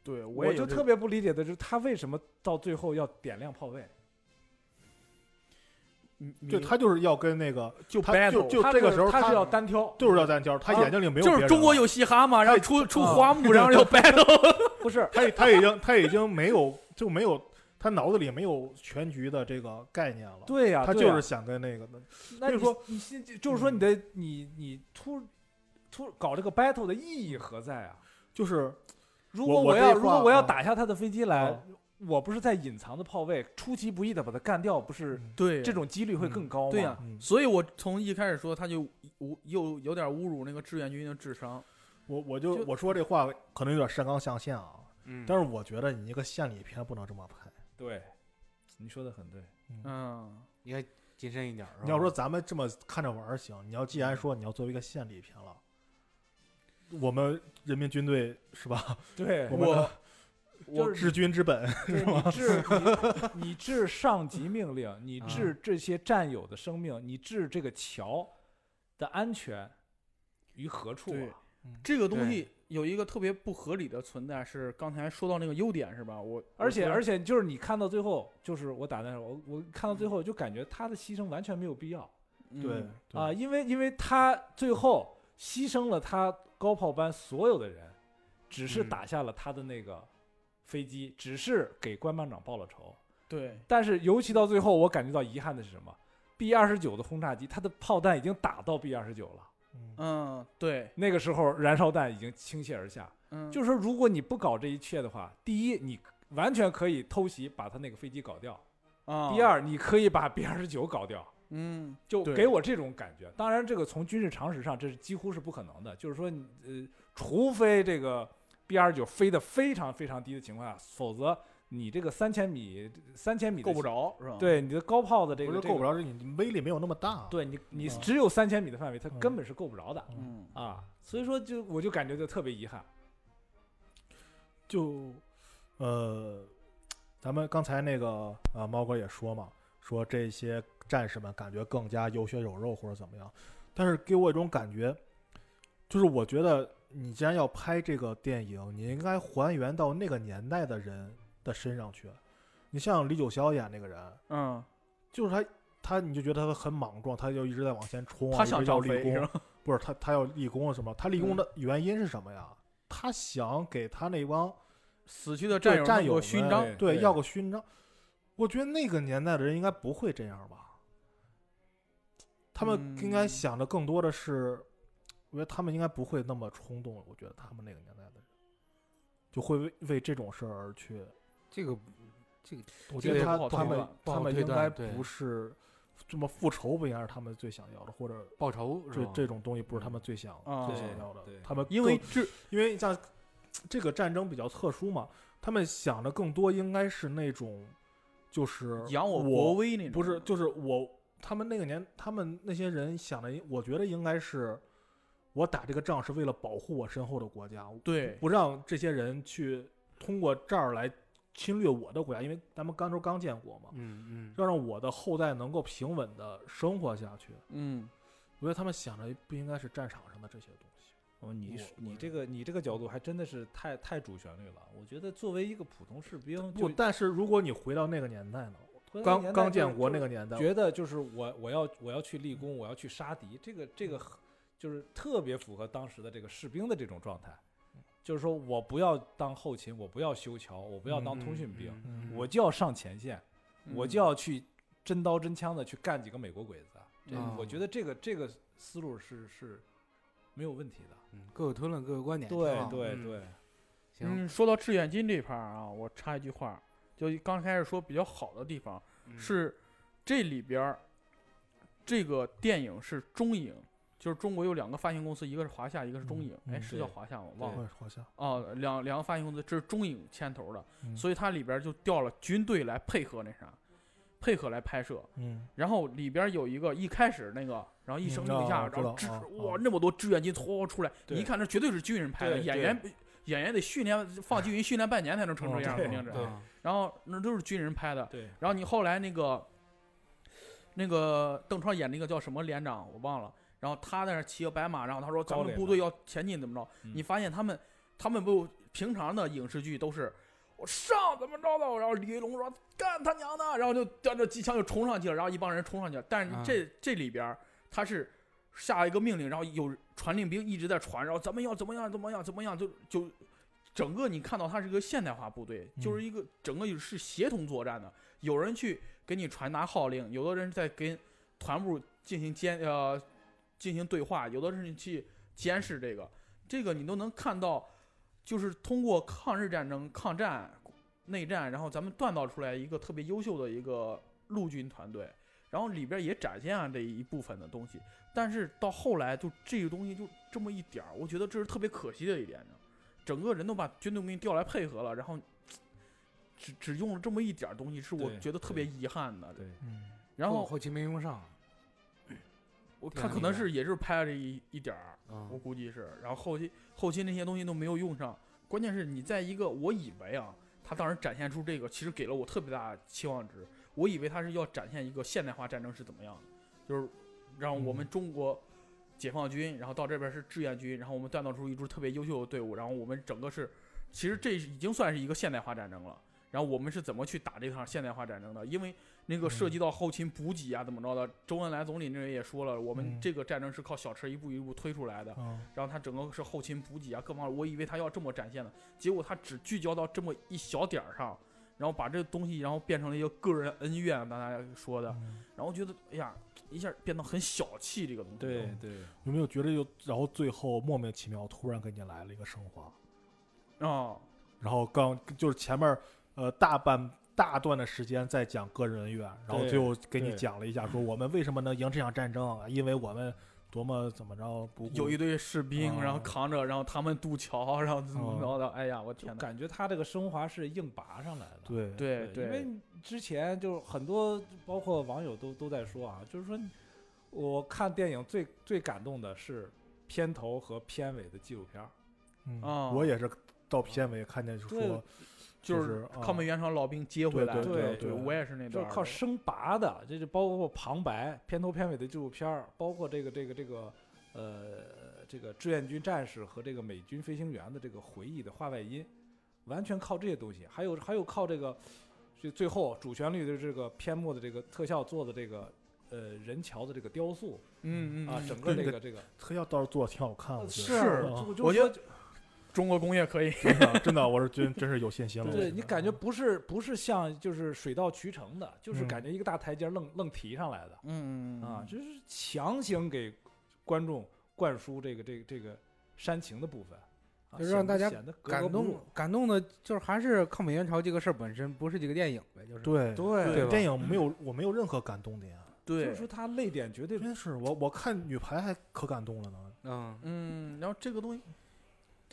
Speaker 1: 对，我
Speaker 4: 我
Speaker 1: 也
Speaker 4: 就
Speaker 1: 有这
Speaker 4: 特别不理解的就是他为什么到最后要点亮炮位。
Speaker 1: 迷迷
Speaker 3: 对他就是要跟那个
Speaker 1: 嗯就
Speaker 3: 他
Speaker 1: battle，
Speaker 3: 就
Speaker 4: 他
Speaker 3: 这个
Speaker 4: 是
Speaker 3: 时候
Speaker 4: 他
Speaker 3: 他
Speaker 4: 是要单挑，
Speaker 3: 就是要单挑，他
Speaker 1: 啊
Speaker 3: 眼睛里没有别
Speaker 1: 就
Speaker 3: 人
Speaker 1: 是
Speaker 3: 了
Speaker 1: 中国有嘻哈嘛，然后
Speaker 3: 他
Speaker 1: 出出
Speaker 4: 啊
Speaker 1: 花木，然后就 battle，
Speaker 4: 不是
Speaker 3: 他他已经他已经没有就没有他脑子里没有全局的这个概念了，
Speaker 4: 对
Speaker 1: 啊
Speaker 4: 呀、
Speaker 3: 他
Speaker 4: 对
Speaker 3: 就
Speaker 4: 呀
Speaker 3: 是想跟那个的
Speaker 4: 那
Speaker 3: 就
Speaker 4: 你
Speaker 3: 是说
Speaker 4: 你心就是说你的你你突突搞这个 battle 的意义何在啊？
Speaker 3: 就是
Speaker 4: 如
Speaker 3: 我
Speaker 4: 果
Speaker 3: 我这
Speaker 4: 要
Speaker 3: 话
Speaker 4: 如果我要
Speaker 3: 嗯
Speaker 4: 打下他的飞机来，
Speaker 3: 嗯
Speaker 4: 我不是在隐藏的炮位，出其不意的把他干掉，不是
Speaker 1: 对
Speaker 4: 这种几率会更高吗？
Speaker 1: 对呀、
Speaker 3: 嗯
Speaker 1: 所以我从一开始说他就无又有点侮辱那个志愿军的智商，
Speaker 3: 我我就
Speaker 1: 就
Speaker 3: 我说这话可能有点上纲上线啊，
Speaker 2: 嗯
Speaker 3: 但是我觉得你一个献礼片不能这么拍。
Speaker 4: 对，你说的很对。
Speaker 1: 嗯，
Speaker 2: 你要谨慎一点儿。是
Speaker 3: 你要
Speaker 2: 吧
Speaker 3: 说咱们这么看着玩儿行，你要既然说你要作为一个献礼片了，我们人民军队是吧？
Speaker 4: 对
Speaker 3: 我们的
Speaker 4: 就
Speaker 1: 我
Speaker 4: 是
Speaker 3: 治军之本，
Speaker 4: 对你置你你置上级命令，你
Speaker 2: 啊
Speaker 4: 置这些战友的生命，你置这个桥的安全于何处
Speaker 1: 对
Speaker 4: 啊？
Speaker 3: 嗯
Speaker 1: 这个东
Speaker 2: 对
Speaker 1: 西有一个特别不合理的存在，是刚才说到那个优点是吧？我
Speaker 4: 而且而
Speaker 1: 且
Speaker 4: 且就是你看到最后，就是我打断我我看到最后就感觉他的牺牲完全没有必要
Speaker 1: 嗯
Speaker 3: 对
Speaker 4: 啊，，因为因为他最后牺牲了他高炮班所有的人，只是
Speaker 2: 嗯
Speaker 4: 打下了他的那个飞机，只是给关班长报了仇。
Speaker 1: 对
Speaker 4: 但是尤其到最后，我感觉到遗憾的是什么？B 二十九的轰炸机，它的炮弹已经打到 B 二十九了，
Speaker 3: 嗯
Speaker 1: 嗯对
Speaker 4: 那个时候燃烧弹已经倾泻而下。
Speaker 1: 嗯
Speaker 4: 就是说，如果你不搞这一切的话，第一，你完全可以偷袭把他那个飞机搞掉；
Speaker 1: 啊
Speaker 4: 第二，你可以把 B 二十九搞掉。
Speaker 1: 嗯
Speaker 4: 就
Speaker 3: 对
Speaker 4: 给我这种感觉。当然，这个从军事常识上，这是几乎是不可能的。就是说，你呃，除非这个 B 二九飞得非常非常低的情况下，否则你这个三千米三千米的
Speaker 1: 够不，着是吧？
Speaker 4: 对你的高炮的这
Speaker 3: 不
Speaker 4: 个
Speaker 3: 是
Speaker 4: 这个
Speaker 3: 够不着，这你威力没有那么大。
Speaker 4: 对你你
Speaker 3: 嗯
Speaker 4: 只有三千米的范围，它
Speaker 3: 嗯
Speaker 4: 根本是够不着的
Speaker 1: 嗯
Speaker 4: 啊。所以说，就我就感觉就特别遗憾。
Speaker 3: 就呃，咱们刚才那个呃，猫哥也说嘛，说这些战士们感觉更加有血有肉或者怎么样，但是给我一种感觉，就是我觉得你既然要拍这个电影，你应该还原到那个年代的人的身上去。你像李九霄演那个人，
Speaker 1: 嗯，
Speaker 3: 就是他，他你就觉得他很莽撞，他就一直在往前冲啊，
Speaker 1: 他
Speaker 3: 一
Speaker 1: 想
Speaker 3: 直要
Speaker 1: 张
Speaker 3: 立
Speaker 1: 飞是
Speaker 3: 功，
Speaker 1: 吧？
Speaker 3: 不是他他要立功什么？他立功的原因是什么呀？他想给他那帮
Speaker 1: 死去的
Speaker 3: 对
Speaker 1: 战友
Speaker 3: 战
Speaker 1: 弄
Speaker 3: 友
Speaker 1: 个
Speaker 3: 们
Speaker 1: 勋章，
Speaker 4: 对
Speaker 3: 对要个勋章。我觉得那个年代的人应该不会这样吧？他们应该
Speaker 1: 嗯
Speaker 3: 想的更多的是，我觉得他们应该不会那么冲动。我觉得他们那个年代的人就会为为这种事儿而去。
Speaker 2: 这个
Speaker 1: 这
Speaker 3: 我觉得
Speaker 1: 个
Speaker 3: 他
Speaker 1: 不好
Speaker 3: 他
Speaker 1: 推
Speaker 3: 们
Speaker 1: 断
Speaker 2: 不
Speaker 3: 他
Speaker 2: 好
Speaker 3: 们
Speaker 2: 推
Speaker 3: 应该
Speaker 2: 断对
Speaker 3: 不是这么复仇，不应该是他们最想要的，或者
Speaker 2: 报仇是
Speaker 3: 这
Speaker 2: 吧？
Speaker 3: 这种东西不是他们最想
Speaker 1: 啊
Speaker 3: 最
Speaker 1: 对
Speaker 3: 想要的
Speaker 4: 对。
Speaker 3: 他们
Speaker 1: 因为
Speaker 3: 更
Speaker 1: 这
Speaker 3: 因为像这个战争比较特殊嘛，他们想的更多应该是那种就是
Speaker 1: 扬我
Speaker 3: 我
Speaker 1: 国威那种，
Speaker 3: 不是，就是我他们那个年，他们那些人想的，我觉得应该是我打这个仗是为了保护我身后的国家，
Speaker 1: 对
Speaker 3: 不让这些人去通过这儿来侵略我的国家，因为咱们刚州刚建国嘛，
Speaker 2: 嗯嗯，
Speaker 3: 要让我的后代能够平稳的生活下去。
Speaker 1: 嗯
Speaker 3: 我觉得他们想的不应该是战场上的这些东西。
Speaker 4: 哦，你是
Speaker 3: 我
Speaker 4: 你
Speaker 3: 我
Speaker 4: 这个你这个角度还真的是太太主旋律了。我觉得作为一个普通士兵，
Speaker 3: 不，
Speaker 4: 就
Speaker 3: 但是如果你回到那个年代呢？
Speaker 4: 回到那
Speaker 3: 刚
Speaker 4: 年代
Speaker 3: 刚
Speaker 4: 就
Speaker 3: 建国
Speaker 4: 就
Speaker 3: 那个年代，
Speaker 4: 觉得就是我我要我要去立功，我要去杀敌，这个这个
Speaker 2: 嗯
Speaker 4: 很就是特别符合当时的这个士兵的这种状态，
Speaker 2: 嗯
Speaker 4: 就是说我不要当后勤，我不要修桥，我不要当通讯兵，
Speaker 2: 嗯，
Speaker 4: 我就要上前线，
Speaker 1: 嗯
Speaker 4: 我就要去真刀真枪的去干几个美国鬼子。这
Speaker 2: 嗯
Speaker 4: 我觉得这个这个思路是是没有问题的。
Speaker 2: 嗯各有推论，各有观点。挺
Speaker 4: 对
Speaker 2: 好
Speaker 4: 对
Speaker 2: 嗯
Speaker 4: 对，
Speaker 2: 行，
Speaker 1: 嗯，说到志愿军这一块儿啊，我插一句话，就刚开始说比较好的地方
Speaker 2: 嗯
Speaker 1: 是这里边儿这个电影是中影，就是中国有两个发行公司，一个是华夏，一个是中影，
Speaker 3: 嗯
Speaker 1: 哎，
Speaker 3: 嗯
Speaker 1: 是叫
Speaker 4: 对
Speaker 1: 华夏吗？忘了
Speaker 3: 对，好像
Speaker 1: 哦，两两个发行公司，这是中影牵头的，
Speaker 3: 嗯
Speaker 1: 所以它里边儿就调了军队来配合那啥，配合来拍摄。
Speaker 3: 嗯，
Speaker 1: 然后里边儿有一个一开始那个，然后一声令下，
Speaker 3: 嗯哦
Speaker 1: 然后
Speaker 3: 知
Speaker 1: 支
Speaker 3: 道哦哦
Speaker 1: 哇那么多志愿军搓出来，
Speaker 4: 对
Speaker 1: 你一看这绝对是军人拍的，
Speaker 4: 对
Speaker 1: 演
Speaker 4: 对
Speaker 1: 员演员得训练放 军营训练半年才能成这样，
Speaker 3: 哦
Speaker 1: 肯定是
Speaker 3: 对。
Speaker 2: 啊
Speaker 1: 然后那都是军人拍的，
Speaker 2: 嗯
Speaker 4: 对，
Speaker 1: 然后你后来那个那个邓超演那个叫什么连长我忘了，然后他在那儿骑个白马，然后他说咱
Speaker 4: 高
Speaker 1: 们
Speaker 4: 连
Speaker 1: 部
Speaker 4: 长
Speaker 1: 队要前进怎么着？
Speaker 4: 嗯
Speaker 1: 你发现他们他们不平常的影视剧都是。我上怎么着的？然后李云龙说：“干他娘的！”然后就端着机枪就冲上去了，然后一帮人冲上去了。但是
Speaker 2: 嗯
Speaker 1: 这、这里边儿他是下一个命令，然后有传令兵一直在传，然后怎么样怎么样怎么样怎么样，就就整个你看到它是一个现代化部队，
Speaker 3: 嗯
Speaker 1: 就是一个整个是协同作战的，有人去给你传达号令，有的人在跟团部进行监呃进行对话，有的人去监视这个，这个你都能看到，就是通过抗日战争、抗战、内战，然后咱们锻造出来一个特别优秀的一个陆军团队，然后里边也展现啊了这一部分的东西，但是到后来就这个东西就这么一点儿，我觉得这是特别可惜的一点，你知道吗整个人都把军队给你调来配合了，然后只只用了这么一点儿东西，是我
Speaker 4: 对
Speaker 1: 觉得特别
Speaker 4: 对
Speaker 1: 遗憾的。
Speaker 4: 对，
Speaker 3: 嗯，
Speaker 1: 然
Speaker 2: 后
Speaker 1: 后
Speaker 2: 后期没用上，啊
Speaker 1: 我
Speaker 2: 电
Speaker 1: 他
Speaker 2: 影
Speaker 1: 可
Speaker 2: 里
Speaker 1: 能
Speaker 2: 边
Speaker 1: 是也是拍了这一一点儿，我
Speaker 2: 嗯
Speaker 1: 估计是，然后后期后期那些东西都没有用上。关键是你在一个我以为啊，他当时展现出这个，其实给了我特别大的期望值。我以为他是要展现一个现代化战争是怎么样的，就是让我们中国解放军，然后到这边是志愿军，然后我们锻造出一支特别优秀的队伍，然后我们整个是，其实这已经算是一个现代化战争了。然后我们是怎么去打这场现代化战争的？因为那个涉及到后勤补给啊，怎么着的？周恩来总理那人也说了，我们
Speaker 3: 嗯
Speaker 1: 这个战争是靠小吃一步一步推出来的。
Speaker 3: 嗯
Speaker 1: 然后他整个是后勤补给啊，各方面，我以为他要这么展现的，结果他只聚焦到这么一小点儿上，然后把这个东西，然后变成了一个个人恩怨，大家说的，
Speaker 3: 嗯
Speaker 1: 然后觉得哎呀，一下变得很小气这个东西。
Speaker 4: 对对，
Speaker 3: 有没有觉得就然后最后莫名其妙突然给你来了一个升华？
Speaker 1: 啊，
Speaker 3: 然后刚就是前面儿呃大半大段的时间在讲个人恩怨，然后
Speaker 4: 对
Speaker 3: 最后给你
Speaker 4: 对
Speaker 3: 讲了一下说我们为什么能赢这场战争，啊因为我们多么怎么着不顾
Speaker 1: 有一堆士兵，然后扛着，然后他们渡桥，然后怎么着的，哎呀，我
Speaker 4: 就
Speaker 1: 天哪！
Speaker 4: 感觉他这个升华是硬拔上来的。
Speaker 3: 对
Speaker 1: 对
Speaker 4: 因为之前就是很多包括网友都都在说啊，就是说我看电影最最感动的是片头和片尾的纪录片儿，
Speaker 3: 嗯
Speaker 1: 啊
Speaker 3: 我也是到片尾看见就
Speaker 4: 对
Speaker 3: 说
Speaker 1: 就
Speaker 3: 就是
Speaker 1: 抗美援朝老兵接回来的，
Speaker 3: 对
Speaker 4: 啊对对
Speaker 1: 对，
Speaker 3: 对
Speaker 1: 我也是那
Speaker 4: 就
Speaker 1: 段
Speaker 4: 是
Speaker 1: 儿的，
Speaker 4: 靠生拔的，这就包括旁白、片头片尾的纪录片儿，包括这个这个这个呃这个志愿军战士和这个美军飞行员的这个回忆的话外音，完全靠这些东西，还有还有靠这个这最后主旋律的这个篇幕的这个特效做的这个呃人桥的这个雕塑
Speaker 1: 嗯嗯
Speaker 4: 啊，
Speaker 1: 嗯
Speaker 4: 整个这
Speaker 3: 对那
Speaker 4: 个这个。
Speaker 3: 特效倒是做的挺好看，我觉
Speaker 1: 是
Speaker 3: 得
Speaker 4: 我
Speaker 3: 啊
Speaker 4: 就
Speaker 1: 我
Speaker 4: 就
Speaker 1: 觉
Speaker 4: 说
Speaker 1: 中国工业可以，
Speaker 3: 真的真的我是真真是有信心了，我
Speaker 4: 对
Speaker 3: 觉
Speaker 4: 你
Speaker 3: 得
Speaker 4: 感觉不是不是像就是水到渠成的，就是
Speaker 3: 嗯
Speaker 4: 感觉一个大台阶儿愣愣提上来的
Speaker 1: 嗯
Speaker 4: 啊，就是强行给观众灌输这个这个这个煽情的部分，啊
Speaker 2: 就是让
Speaker 4: 显得
Speaker 2: 大家
Speaker 4: 显得格格
Speaker 2: 感
Speaker 4: 不
Speaker 2: 动
Speaker 4: 入，
Speaker 2: 感动的就是还是抗美援朝这个事儿本身，不是这个电影呗，就是
Speaker 3: 对
Speaker 4: 对
Speaker 2: 对吧
Speaker 3: 电影没有我没有任何感动点，啊
Speaker 4: 就是
Speaker 1: 对，
Speaker 4: 说他泪点绝对
Speaker 3: 真是我我看女排还可感动了呢，
Speaker 2: 嗯，
Speaker 1: 嗯，然后这个东西，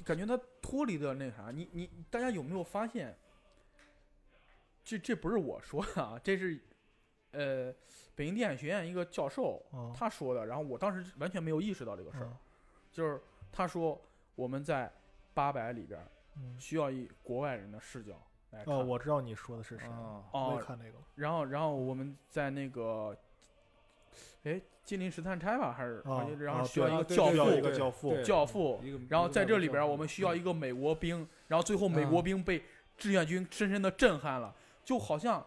Speaker 1: 感觉它脱离的那啥，你你大家有没有发现？这这不是我说的啊，这是，呃，北京电影学院一个教授
Speaker 3: 啊
Speaker 1: 他说的，然后我当时完全没有意识到这个事儿，
Speaker 3: 哦
Speaker 1: 就是他说我们在八百里边儿
Speaker 3: 嗯
Speaker 1: 需要以国外人的视角来看，
Speaker 3: 哦我知道你说的是谁，
Speaker 4: 啊，
Speaker 3: 我也
Speaker 1: 哦，
Speaker 3: 看那个了
Speaker 1: 然后然后我们在那个，哎，金陵十三钗吧还是，
Speaker 3: 啊
Speaker 1: 然后
Speaker 3: 啊
Speaker 1: 需要
Speaker 3: 对
Speaker 1: 一个
Speaker 4: 对
Speaker 1: 教
Speaker 4: 对
Speaker 3: 要
Speaker 1: 父
Speaker 3: 一个
Speaker 4: 对
Speaker 3: 教父，
Speaker 4: 对
Speaker 1: 教父
Speaker 4: 一个
Speaker 1: 然后
Speaker 4: 一个
Speaker 1: 在这
Speaker 4: 教
Speaker 1: 里边儿，
Speaker 4: 父
Speaker 1: 我们需要
Speaker 4: 嗯
Speaker 1: 一个美国兵，然后最后美国
Speaker 2: 嗯
Speaker 1: 兵被志愿军深深的震撼了，就好像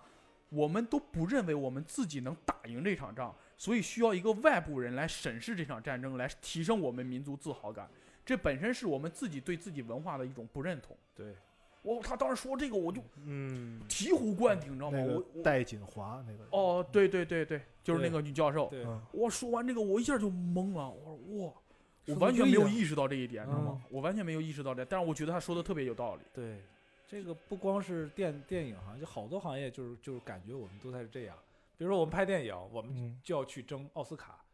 Speaker 1: 我们都不认为我们自己能打赢这场仗，所以需要一个外部人来审视这场战争，来提升我们民族自豪感。这本身是我们自己对自己文化的一种不认同。
Speaker 4: 对
Speaker 1: 我、他当时说这个，我就
Speaker 2: 嗯，
Speaker 1: 醍醐灌顶，你知道吗？
Speaker 3: 嗯那个
Speaker 1: 我我
Speaker 3: 戴锦华那个人，
Speaker 1: 哦，对对对对，就是那
Speaker 4: 对
Speaker 1: 个女教授。
Speaker 4: 对
Speaker 3: 嗯，
Speaker 1: 我说完这个，我一下就懵了，我说哇，我
Speaker 2: 说得
Speaker 1: 完全
Speaker 2: 对
Speaker 1: 没有
Speaker 2: 呀
Speaker 1: 意识到这一点，知道吗
Speaker 2: 嗯？
Speaker 1: 我完全没有意识到这，但是我觉得他说的特别有道理。
Speaker 4: 对，这个不光是电电影行业，就好多行业就是就是感觉我们都在这样，比如说我们拍电影，我们
Speaker 3: 嗯
Speaker 4: 就要去争奥斯卡，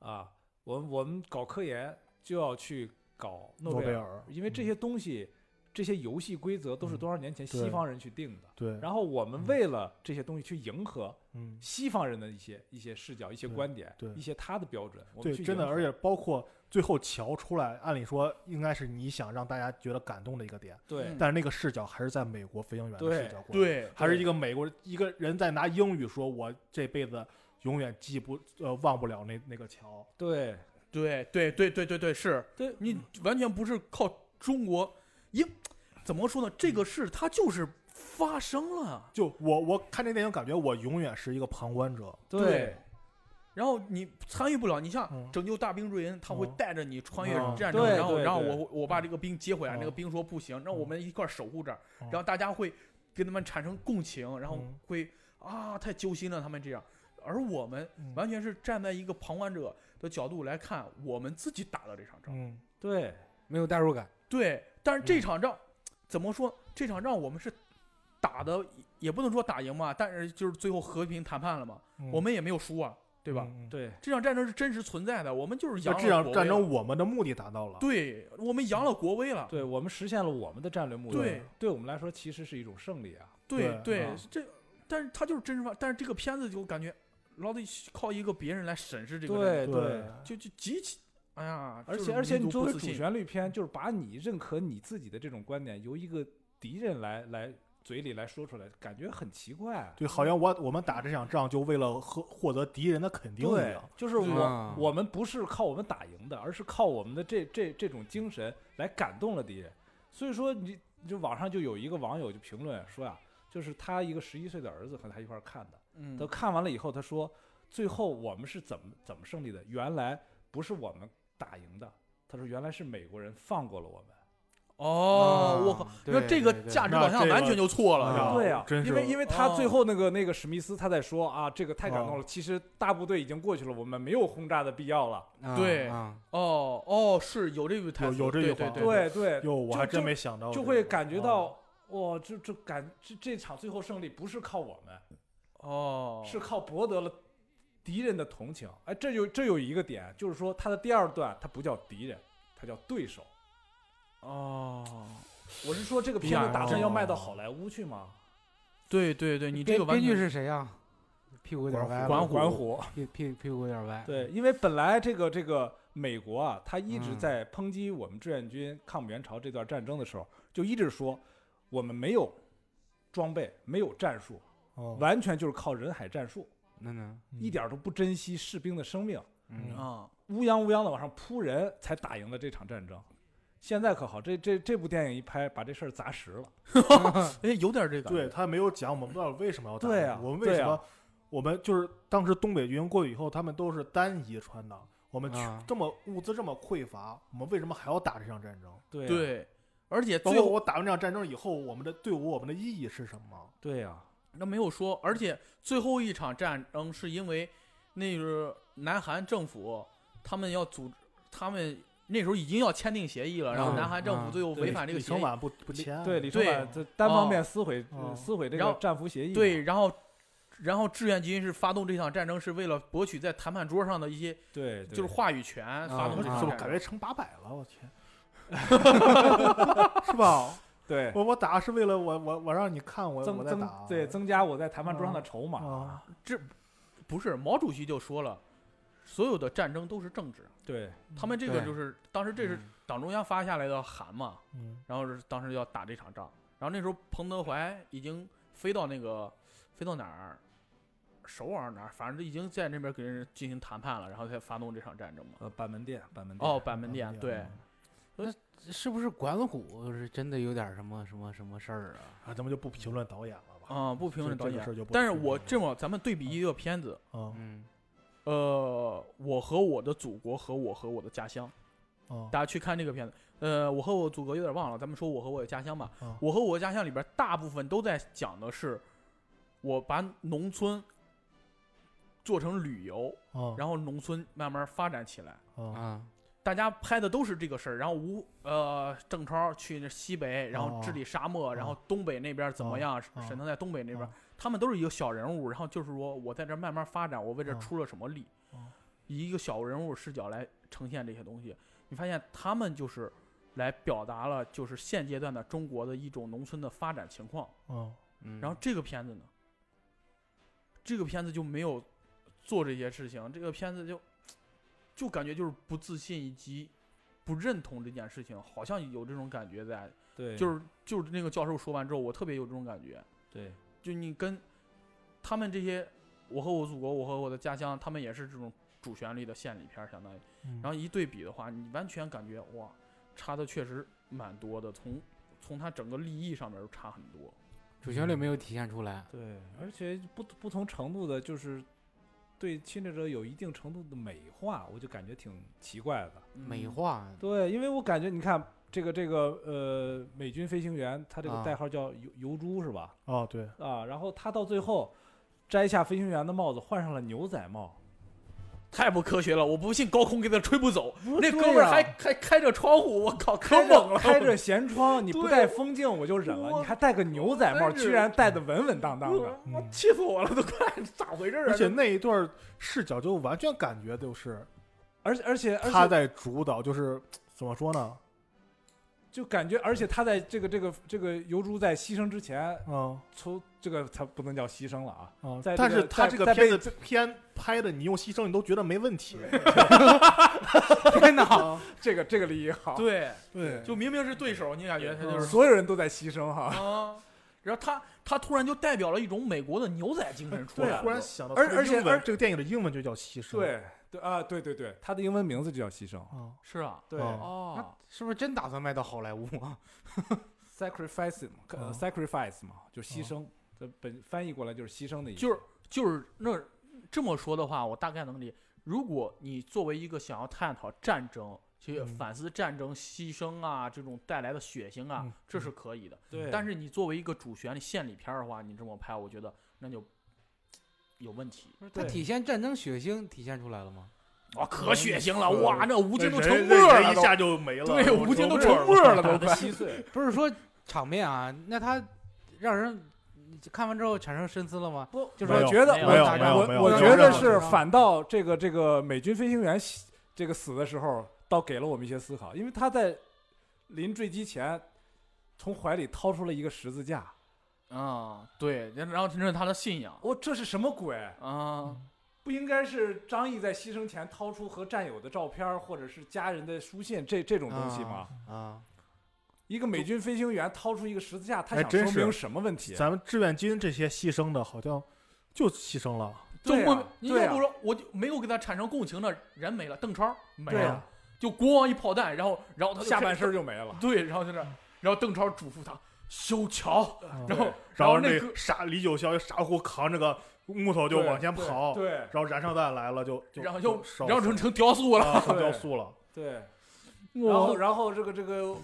Speaker 4: 啊，我们我们搞科研就要去搞诺
Speaker 3: 贝
Speaker 4: 贝尔，
Speaker 3: 尔，
Speaker 4: 因为这
Speaker 3: 嗯
Speaker 4: 些东西，这些游戏规则都是
Speaker 3: 嗯
Speaker 4: 多少年前西
Speaker 3: 对
Speaker 4: 方人去定的。
Speaker 3: 对，
Speaker 4: 然后我们
Speaker 3: 嗯
Speaker 4: 为了这些东西去迎合
Speaker 3: 嗯，
Speaker 4: 西方人的一些一些视角、一些
Speaker 3: 对
Speaker 4: 观点、
Speaker 3: 对
Speaker 4: 一些他的标准，我们
Speaker 3: 对，
Speaker 4: 去
Speaker 3: 真的，
Speaker 4: 迎
Speaker 3: 而
Speaker 4: 合
Speaker 3: 且包括最后桥出来，按理说应该是你想让大家觉得感动的一个点，
Speaker 4: 对
Speaker 1: 嗯
Speaker 3: 但是那个视角还是在美国飞行员的视
Speaker 4: 对
Speaker 3: 角过来，
Speaker 1: 对，
Speaker 3: 还是一个美国一个人在拿英语说，我这辈子永远记不呃忘不了那那个桥，
Speaker 4: 对
Speaker 1: 对，对，对，对，对，对，是
Speaker 4: 对
Speaker 2: 嗯
Speaker 1: 你完全不是靠中国，因怎么说呢？这个事它就是发生了，
Speaker 3: 就我我看这电影感觉我永远是一个旁观者，
Speaker 1: 对然后你参与不了。你像
Speaker 3: 嗯
Speaker 1: 《拯救大兵瑞恩》，他会
Speaker 3: 嗯
Speaker 1: 带着你穿越
Speaker 3: 嗯
Speaker 1: 战争，
Speaker 4: 对
Speaker 1: 然后，
Speaker 4: 对
Speaker 1: 然后
Speaker 4: 对
Speaker 1: 我我把这个兵接回来，
Speaker 3: 嗯
Speaker 1: 那个兵说不行，让我们一块儿守护这儿，
Speaker 3: 嗯
Speaker 1: 然后大家会跟他们产生共情，然后
Speaker 3: 嗯
Speaker 1: 会啊太揪心了，他们这样。而我们
Speaker 3: 嗯
Speaker 1: 完全是站在一个旁观者的角度来看我们自己打的这场仗。
Speaker 3: 嗯
Speaker 4: 对
Speaker 2: 没有代入感，
Speaker 1: 对，但是这
Speaker 3: 嗯
Speaker 1: 场仗、怎么说？这场仗我们是打的，也不能说打赢吧，但是就是最后和平谈判了嘛，
Speaker 3: 嗯
Speaker 1: 我们也没有输啊，对吧？
Speaker 3: 嗯嗯
Speaker 4: 对
Speaker 1: 这场战争是真实存在的，我们就是
Speaker 3: 那
Speaker 1: 扬
Speaker 3: 这
Speaker 1: 了
Speaker 3: 场
Speaker 1: 国
Speaker 3: 战
Speaker 1: 威了，
Speaker 3: 争我们的目的达到了，
Speaker 1: 对我们扬了国威了，
Speaker 4: 对，我们实现了我们的战略目的，
Speaker 1: 对，
Speaker 4: 对我们来说其实是一种胜利啊。
Speaker 1: 对
Speaker 3: 对嗯
Speaker 4: 啊
Speaker 1: 这但是它就是真实化，但是这个片子就感觉老得靠一个别人来审视这个战争，
Speaker 4: 对对，
Speaker 1: 就就极其。哎呀，
Speaker 4: 而
Speaker 1: 就
Speaker 4: 且
Speaker 1: 是
Speaker 4: 而且
Speaker 1: 民
Speaker 4: 你
Speaker 1: 族
Speaker 4: 作
Speaker 1: 不
Speaker 4: 为
Speaker 1: 自
Speaker 4: 主
Speaker 1: 信
Speaker 4: 旋律片，就是把你认可你自己的这种观点，由一个敌人来来嘴里来说出来，感觉很奇怪。
Speaker 3: 对，好像我我们打这场仗就为了获获得敌人的肯定一
Speaker 4: 对
Speaker 3: 样。，
Speaker 4: 就是我、
Speaker 1: 啊
Speaker 2: 嗯
Speaker 4: 我们不是靠我们打赢的，而是靠我们的这这这种精神来感动了敌人。所以说你，就网上就有一个网友就评论说呀、啊就是他一个十一岁的儿子和他一块儿看的，
Speaker 1: 嗯
Speaker 4: 都看完了以后，他说最后我们是怎么怎么胜利的？原来不是我们打赢的，他说原来是美国人放过了我们。
Speaker 1: 哦，我靠
Speaker 4: 嗯
Speaker 2: 啊，
Speaker 1: 那
Speaker 2: 对
Speaker 1: 这个
Speaker 2: 对对
Speaker 1: 价值
Speaker 3: 那
Speaker 1: 导向
Speaker 3: 这个
Speaker 1: 完全就错了，
Speaker 3: 啊
Speaker 1: 是吧？
Speaker 4: 对啊，
Speaker 3: 真
Speaker 4: 因为
Speaker 3: 是
Speaker 4: 因为他
Speaker 1: 哦
Speaker 4: 最后那个那个史密斯他在说啊，这个太感动了，其实大部队已经过去了，我们没有轰炸的必要了。
Speaker 2: 啊
Speaker 1: 对
Speaker 2: 啊
Speaker 1: 哦哦，是有这句台词，
Speaker 3: 有有这句
Speaker 1: 对
Speaker 3: 话
Speaker 1: 对
Speaker 4: 对对，
Speaker 3: 哟，我
Speaker 4: 就
Speaker 3: 还真
Speaker 4: 就
Speaker 3: 没想到这
Speaker 4: 就
Speaker 3: 个，
Speaker 4: 会感觉
Speaker 3: 啊
Speaker 4: 到，哇，这这感这这场最后胜利不是靠我们，
Speaker 1: 哦，
Speaker 4: 是靠博得了敌人的同情。哎，这有这有一个点，就是说他的第二段他不叫敌人，他叫对手。
Speaker 1: 哦，
Speaker 4: 我是说这个片
Speaker 1: 呀
Speaker 4: 子打算要卖到好莱坞去吗？
Speaker 1: 对对对，你这
Speaker 2: 编
Speaker 1: 个完
Speaker 2: 编剧
Speaker 1: 全
Speaker 2: 是谁呀？屁股有点
Speaker 3: 管虎
Speaker 2: 歪了，
Speaker 1: 管
Speaker 4: 管虎，
Speaker 2: 屁屁屁股有点歪。
Speaker 4: 对，因为本来这个这个美国啊，他一直
Speaker 2: 嗯
Speaker 4: 在抨击我们志愿军抗美援朝这段战争的时候，就一直说我们没有装备，没有战术，
Speaker 3: 哦
Speaker 4: 完全就是靠人海战术，
Speaker 2: 那呢？
Speaker 1: 嗯
Speaker 4: 一点儿都不珍惜士兵的生命，
Speaker 2: 嗯
Speaker 1: 啊，
Speaker 4: 乌泱乌泱的往上扑人，才打赢了这场战争。现在可好，这这这部电影一拍，把这事儿砸实了。
Speaker 2: 嗯啊
Speaker 1: 哎，有点这个，
Speaker 3: 对，他没有讲我们到底为什么要打，
Speaker 4: 对啊
Speaker 3: 我们为
Speaker 4: 对
Speaker 3: 什
Speaker 4: 啊
Speaker 3: 么？我们就是当时东北军过去以后，他们都是单一穿的，我们去
Speaker 2: 啊
Speaker 3: 这么物资这么匮乏，我们为什么还要打这场战争？
Speaker 4: 对对
Speaker 1: 对，而且
Speaker 3: 包
Speaker 1: 最
Speaker 3: 括
Speaker 1: 后
Speaker 3: 我打完这场战争以后，我们的队伍我们的意义是什么？
Speaker 4: 对啊呀、
Speaker 1: 那没有说，而且最后一场战争是因为那个南韩政府他们要组织，他们那时候已经要签订协议了，然后
Speaker 2: 嗯
Speaker 1: 南韩政府
Speaker 2: 嗯
Speaker 1: 最后
Speaker 4: 对
Speaker 1: 违反这个
Speaker 3: 李
Speaker 1: 协
Speaker 3: 承
Speaker 1: 议，
Speaker 3: 晚不不签，
Speaker 4: 对李承晚这单
Speaker 1: 哦
Speaker 4: 方面撕毁、
Speaker 3: 哦
Speaker 4: 撕毁这
Speaker 1: 然
Speaker 4: 个
Speaker 1: 后
Speaker 4: 战俘协议嘛。
Speaker 1: 对，然后。然后志愿军是发动这场战争，是为了博取在谈判桌上的一些
Speaker 4: 对，
Speaker 1: 就是
Speaker 4: 对
Speaker 1: 话语权，
Speaker 2: 啊
Speaker 1: 发
Speaker 3: 我
Speaker 1: 动
Speaker 3: 们
Speaker 1: 这
Speaker 3: 是
Speaker 1: 场
Speaker 3: 不
Speaker 1: 战
Speaker 3: 是改
Speaker 1: 争。
Speaker 3: 为成八百了？我天，是吧？
Speaker 4: 对
Speaker 1: 哦
Speaker 3: 我我打是为了我我我让你看我我
Speaker 4: 增
Speaker 3: 在
Speaker 4: 增
Speaker 3: 打，
Speaker 4: 对增加我在谈判桌
Speaker 1: 哦
Speaker 4: 上的
Speaker 3: 嗯
Speaker 4: 筹码。
Speaker 3: 啊，
Speaker 1: 不是毛主席就说了，所有的战争都是政治。
Speaker 4: 对
Speaker 1: 他们这个
Speaker 2: 嗯对
Speaker 1: 就是当时这是
Speaker 2: 嗯
Speaker 1: 党中央发下来的函嘛，
Speaker 3: 嗯，
Speaker 1: 然后是当时要打这场仗，然后那时候彭德怀已经飞到那个飞到哪儿，首尔哪儿，反正已经在那边跟人进行谈判了，然后才发动这场战争嘛。
Speaker 4: 呃，板门店，板门店。
Speaker 1: 哦，板门店
Speaker 3: 啊
Speaker 1: 对，
Speaker 2: 是不是管虎是真的有点什么什么什么事儿啊？
Speaker 3: 啊，咱们就不评论导演了吧？
Speaker 1: 啊、不评论导
Speaker 3: 这个
Speaker 1: 演
Speaker 3: 事，儿就不啊
Speaker 1: 但是
Speaker 3: 评
Speaker 1: 我
Speaker 3: 论
Speaker 1: 这么咱们对比一个片子，
Speaker 3: 啊
Speaker 2: 嗯
Speaker 1: 呃，我和我的祖国和我和我的家乡，
Speaker 3: 啊
Speaker 1: 大家去看这个片子。呃，我和我祖国有点忘了，咱们说我和我的家乡吧。
Speaker 3: 啊
Speaker 1: 我和我的家乡里边大部分都在讲的是，我把农村做成旅游，
Speaker 3: 啊
Speaker 1: 然后农村慢慢发展起来。
Speaker 3: 啊
Speaker 2: 啊
Speaker 1: 大家拍的都是这个事儿，然后吴呃郑超去那西北，然后治理沙漠，然后东北那边怎么样？
Speaker 3: 哦
Speaker 1: 沈腾在东北那边，
Speaker 3: 哦
Speaker 1: 他们都是一个小人物，然后就是说我在这儿慢慢发展，我为这
Speaker 3: 哦
Speaker 1: 出了什么力，
Speaker 3: 哦
Speaker 1: 以一个小人物视角来呈现这些东西。你发现他们就是来表达了就是现阶段的中国的一种农村的发展情况。
Speaker 3: 啊
Speaker 2: 嗯，
Speaker 1: 然后这个片子呢，这个片子就没有做这些事情，这个片子就就感觉就是不自信以及不认同这件事情，好像有这种感觉在。
Speaker 4: 对，
Speaker 1: 就是就是那个教授说完之后，我特别有这种感觉，
Speaker 4: 对
Speaker 1: 就你跟他们这些“我和我祖国，我和我的家乡”，他们也是这种主旋律的献礼片儿，相当于。
Speaker 3: 嗯
Speaker 1: 然后一对比的话，你完全感觉哇，差的确实蛮多的，从从它整个立意上面儿差很多。
Speaker 2: 主旋律没有体现出来。
Speaker 4: 对，而且不不同程度的，就是对侵略者有一定程度的美化，我就感觉挺奇怪的。
Speaker 1: 嗯
Speaker 2: 美化，
Speaker 4: 对，因为我感觉你看这个这个呃，美军飞行员他这个
Speaker 2: 啊
Speaker 4: 代号叫油油猪是吧？
Speaker 3: 啊对，
Speaker 4: 啊，然后他到最后摘下飞行员的帽子，换上了牛仔帽。
Speaker 1: 太不科学了！我不信高空给他吹不走，那
Speaker 4: 对
Speaker 1: 哥们儿
Speaker 4: 呀
Speaker 1: 还还开着窗户，我靠，可
Speaker 4: 开
Speaker 1: 猛
Speaker 4: 着
Speaker 1: 了！
Speaker 4: 开着舷窗，你不
Speaker 1: 对
Speaker 4: 戴风镜我就忍了，
Speaker 1: 我
Speaker 4: 你还戴个牛仔帽，
Speaker 1: 真是
Speaker 4: 居然戴的稳稳当当
Speaker 1: 我，
Speaker 4: 的。
Speaker 1: 我
Speaker 3: 嗯
Speaker 1: 气死我了，都快咋回事儿啊？
Speaker 3: 而且那一段视角就完全感觉就是
Speaker 4: 而且而且而且
Speaker 3: 他在主导，就是怎么说呢？
Speaker 4: 就感觉，而且他在这个这个这个油猪在牺牲之前，
Speaker 3: 啊
Speaker 4: 从这个他不能叫牺牲了啊，
Speaker 3: 啊
Speaker 4: 在！这
Speaker 3: 但
Speaker 4: 个
Speaker 3: 是他
Speaker 4: 在
Speaker 3: 这个
Speaker 4: 在
Speaker 3: 片子片拍的，你用牺牲你都觉得没问题。
Speaker 4: 天哪，
Speaker 3: 啊
Speaker 4: 这个这个立意好，
Speaker 1: 哦对，
Speaker 3: 对，
Speaker 1: 嗯就明明是对手，你感觉他就是
Speaker 4: 所有人都在牺牲哈。
Speaker 1: 啊，然后他他突然就代表了一种美国的牛仔精神出
Speaker 3: 对
Speaker 1: 来，
Speaker 3: 突
Speaker 1: 了
Speaker 3: 然。想到，
Speaker 4: 而而且而
Speaker 3: 这个电影的英文就叫牺牲。
Speaker 4: 对对啊，对对对，他的英文名字就叫牺牲。
Speaker 3: 啊，
Speaker 1: 是啊，
Speaker 4: 对
Speaker 3: 哦
Speaker 1: 哦，
Speaker 2: 是不是真打算卖到好莱坞 啊？
Speaker 4: ，sacrifice 嘛、呃
Speaker 3: 哦
Speaker 4: sacrifice 嘛，就是牺牲。这本翻译过来就是牺牲的意思。
Speaker 1: 哦就是就是那这么说的话，我大概能理解。如果你作为一个想要探讨战争，去
Speaker 3: 嗯
Speaker 1: 反思战争、牺牲啊这种带来的血腥啊，
Speaker 3: 嗯
Speaker 1: 这是可以的。
Speaker 4: 对，
Speaker 1: 但是你作为一个主旋律献礼片儿的话，你这么拍，我觉得那就有问题。
Speaker 2: 它
Speaker 4: 对
Speaker 2: 体现战争血腥体现出来了吗？
Speaker 1: 哇，可血腥了！
Speaker 3: 嗯
Speaker 1: 哇，那吴京都成
Speaker 3: 人
Speaker 1: 沫儿
Speaker 3: 人
Speaker 1: 了
Speaker 3: 一
Speaker 1: 都，
Speaker 3: 下就没了。
Speaker 1: 对
Speaker 3: 我
Speaker 1: 吴京都
Speaker 3: 我
Speaker 1: 成沫儿了
Speaker 4: 打
Speaker 1: 都
Speaker 4: 得
Speaker 1: 快。
Speaker 4: 稀 碎。
Speaker 2: 不是说场面啊，那它让人看完之后产生深思了吗？
Speaker 4: 不，
Speaker 2: 就是
Speaker 3: 没
Speaker 4: 我
Speaker 3: 有
Speaker 4: 觉得
Speaker 1: 没有
Speaker 4: 我
Speaker 1: 没有
Speaker 4: 我
Speaker 3: 没有
Speaker 4: 我
Speaker 3: 没有
Speaker 4: 觉
Speaker 3: 没有
Speaker 4: 得是
Speaker 2: 没有
Speaker 4: 反倒这个这个美军飞行员死这个死的时候，倒给了我们一些思考，因为他在临坠机前从怀里掏出了一个十字架，
Speaker 1: 啊，对，然后这是他的信仰
Speaker 4: 我、哦这是什么鬼？
Speaker 1: 啊，
Speaker 4: 不应该是张译在牺牲前掏出和战友的照片儿或者是家人的书信这这种东西吗？
Speaker 2: 啊，
Speaker 4: 一个美军飞行员掏出一个十字架，他
Speaker 3: 哎
Speaker 4: 想
Speaker 3: 真
Speaker 4: 说
Speaker 3: 是
Speaker 4: 明什么问题？啊
Speaker 3: 咱们志愿军这些牺牲的，好像就牺牲了。
Speaker 1: 就
Speaker 4: 对
Speaker 1: 莫
Speaker 4: 啊
Speaker 1: 名，你
Speaker 4: 对
Speaker 1: 要
Speaker 4: 啊
Speaker 1: 不说我就没有给他产生共情的人没了，邓超没
Speaker 4: 对
Speaker 1: 了
Speaker 4: 啊，
Speaker 1: 就国王一炮弹，然后然后他就
Speaker 4: 下
Speaker 1: 开
Speaker 4: 半
Speaker 1: 始
Speaker 4: 身就没了。
Speaker 1: 对，然后就那，然后邓超嘱咐他修桥，
Speaker 3: 然
Speaker 1: 然后
Speaker 3: 然后
Speaker 1: 那
Speaker 3: 那
Speaker 1: 个
Speaker 3: 傻李九霄傻乎扛着个木头就
Speaker 4: 对
Speaker 3: 往前跑，
Speaker 4: 对
Speaker 3: 然后燃烧弹来了就，就
Speaker 1: 然后
Speaker 3: 就
Speaker 1: 又
Speaker 3: 烧
Speaker 1: 然后
Speaker 3: 死
Speaker 1: 成成雕塑了，
Speaker 3: 了啊
Speaker 4: 对
Speaker 3: 掉速了。
Speaker 4: 对，
Speaker 1: 然
Speaker 4: 然后然后这个这个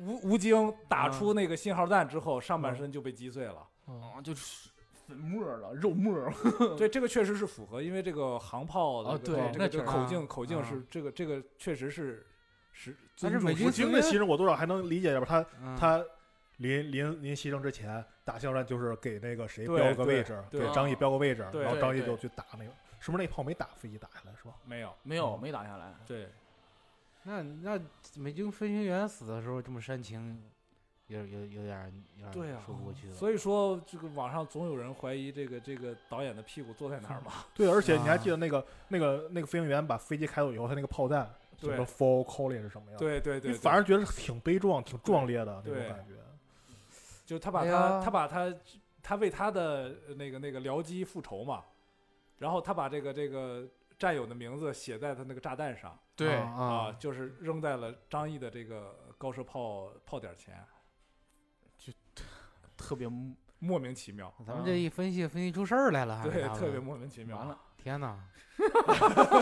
Speaker 4: 吴吴京打出那个信号弹之后，上半身就被击碎了。
Speaker 1: 啊就是粉末了，肉末了，
Speaker 4: 对，这个确实是符合，因为这个航炮的
Speaker 1: 啊
Speaker 4: 这
Speaker 1: 对
Speaker 4: 个这
Speaker 1: 那
Speaker 4: 个这个
Speaker 1: 确
Speaker 4: 口
Speaker 2: 实
Speaker 4: 径口径
Speaker 2: 啊
Speaker 4: 是这个这个确实是是
Speaker 2: 但
Speaker 4: 尊
Speaker 1: 嗯
Speaker 2: 是
Speaker 4: 重
Speaker 2: 美
Speaker 4: 是
Speaker 2: 军
Speaker 3: 吴京的
Speaker 2: 死
Speaker 3: 牺牲我多少还能理解点吧，他
Speaker 2: 嗯
Speaker 3: 他临临临牺牲之前打肖战就是给那个谁
Speaker 4: 对
Speaker 3: 标个
Speaker 4: 对
Speaker 3: 位置，
Speaker 4: 对
Speaker 3: 给张译标个位置，
Speaker 4: 对
Speaker 3: 然后
Speaker 1: 对
Speaker 3: 张译就
Speaker 1: 对
Speaker 3: 去打那个，是不是那炮没打飞机打下来是吧？
Speaker 4: 没有
Speaker 1: 没有没打下来，
Speaker 4: 对。
Speaker 2: 那那美军飞行员死的时候这么煽情，有有有点儿有
Speaker 4: 对
Speaker 2: 点
Speaker 4: 啊
Speaker 2: 儿说不过去了。
Speaker 4: 所以说，这个网上总有人怀疑这个这个导演的屁股坐在哪儿嘛？
Speaker 3: 对，而且你还
Speaker 2: 啊
Speaker 3: 记得那个那个那个飞行员把飞机开走以后，他那个炮弹什
Speaker 4: 对
Speaker 3: 么 fall calling 是什么样？，
Speaker 4: 对对对，
Speaker 3: 嗯你
Speaker 4: 对
Speaker 3: 反而觉得挺悲壮、挺壮烈的那
Speaker 4: 对
Speaker 3: 种感觉。
Speaker 4: 就他把
Speaker 2: 哎
Speaker 4: 他、
Speaker 2: 呀
Speaker 4: 他把他他为他的呃那个那个僚机复仇嘛，然后他把这个这个战友的名字写在他那个炸弹上
Speaker 1: 对
Speaker 2: 啊啊
Speaker 4: 就是扔在了张毅的这个高射炮炮点前，
Speaker 1: 特别完
Speaker 4: 莫名其妙，
Speaker 2: 咱们这一分析，分析出事儿来了，还
Speaker 4: 对，
Speaker 2: 是
Speaker 4: 特别莫名其妙。 啊
Speaker 1: 了，
Speaker 2: 天哪！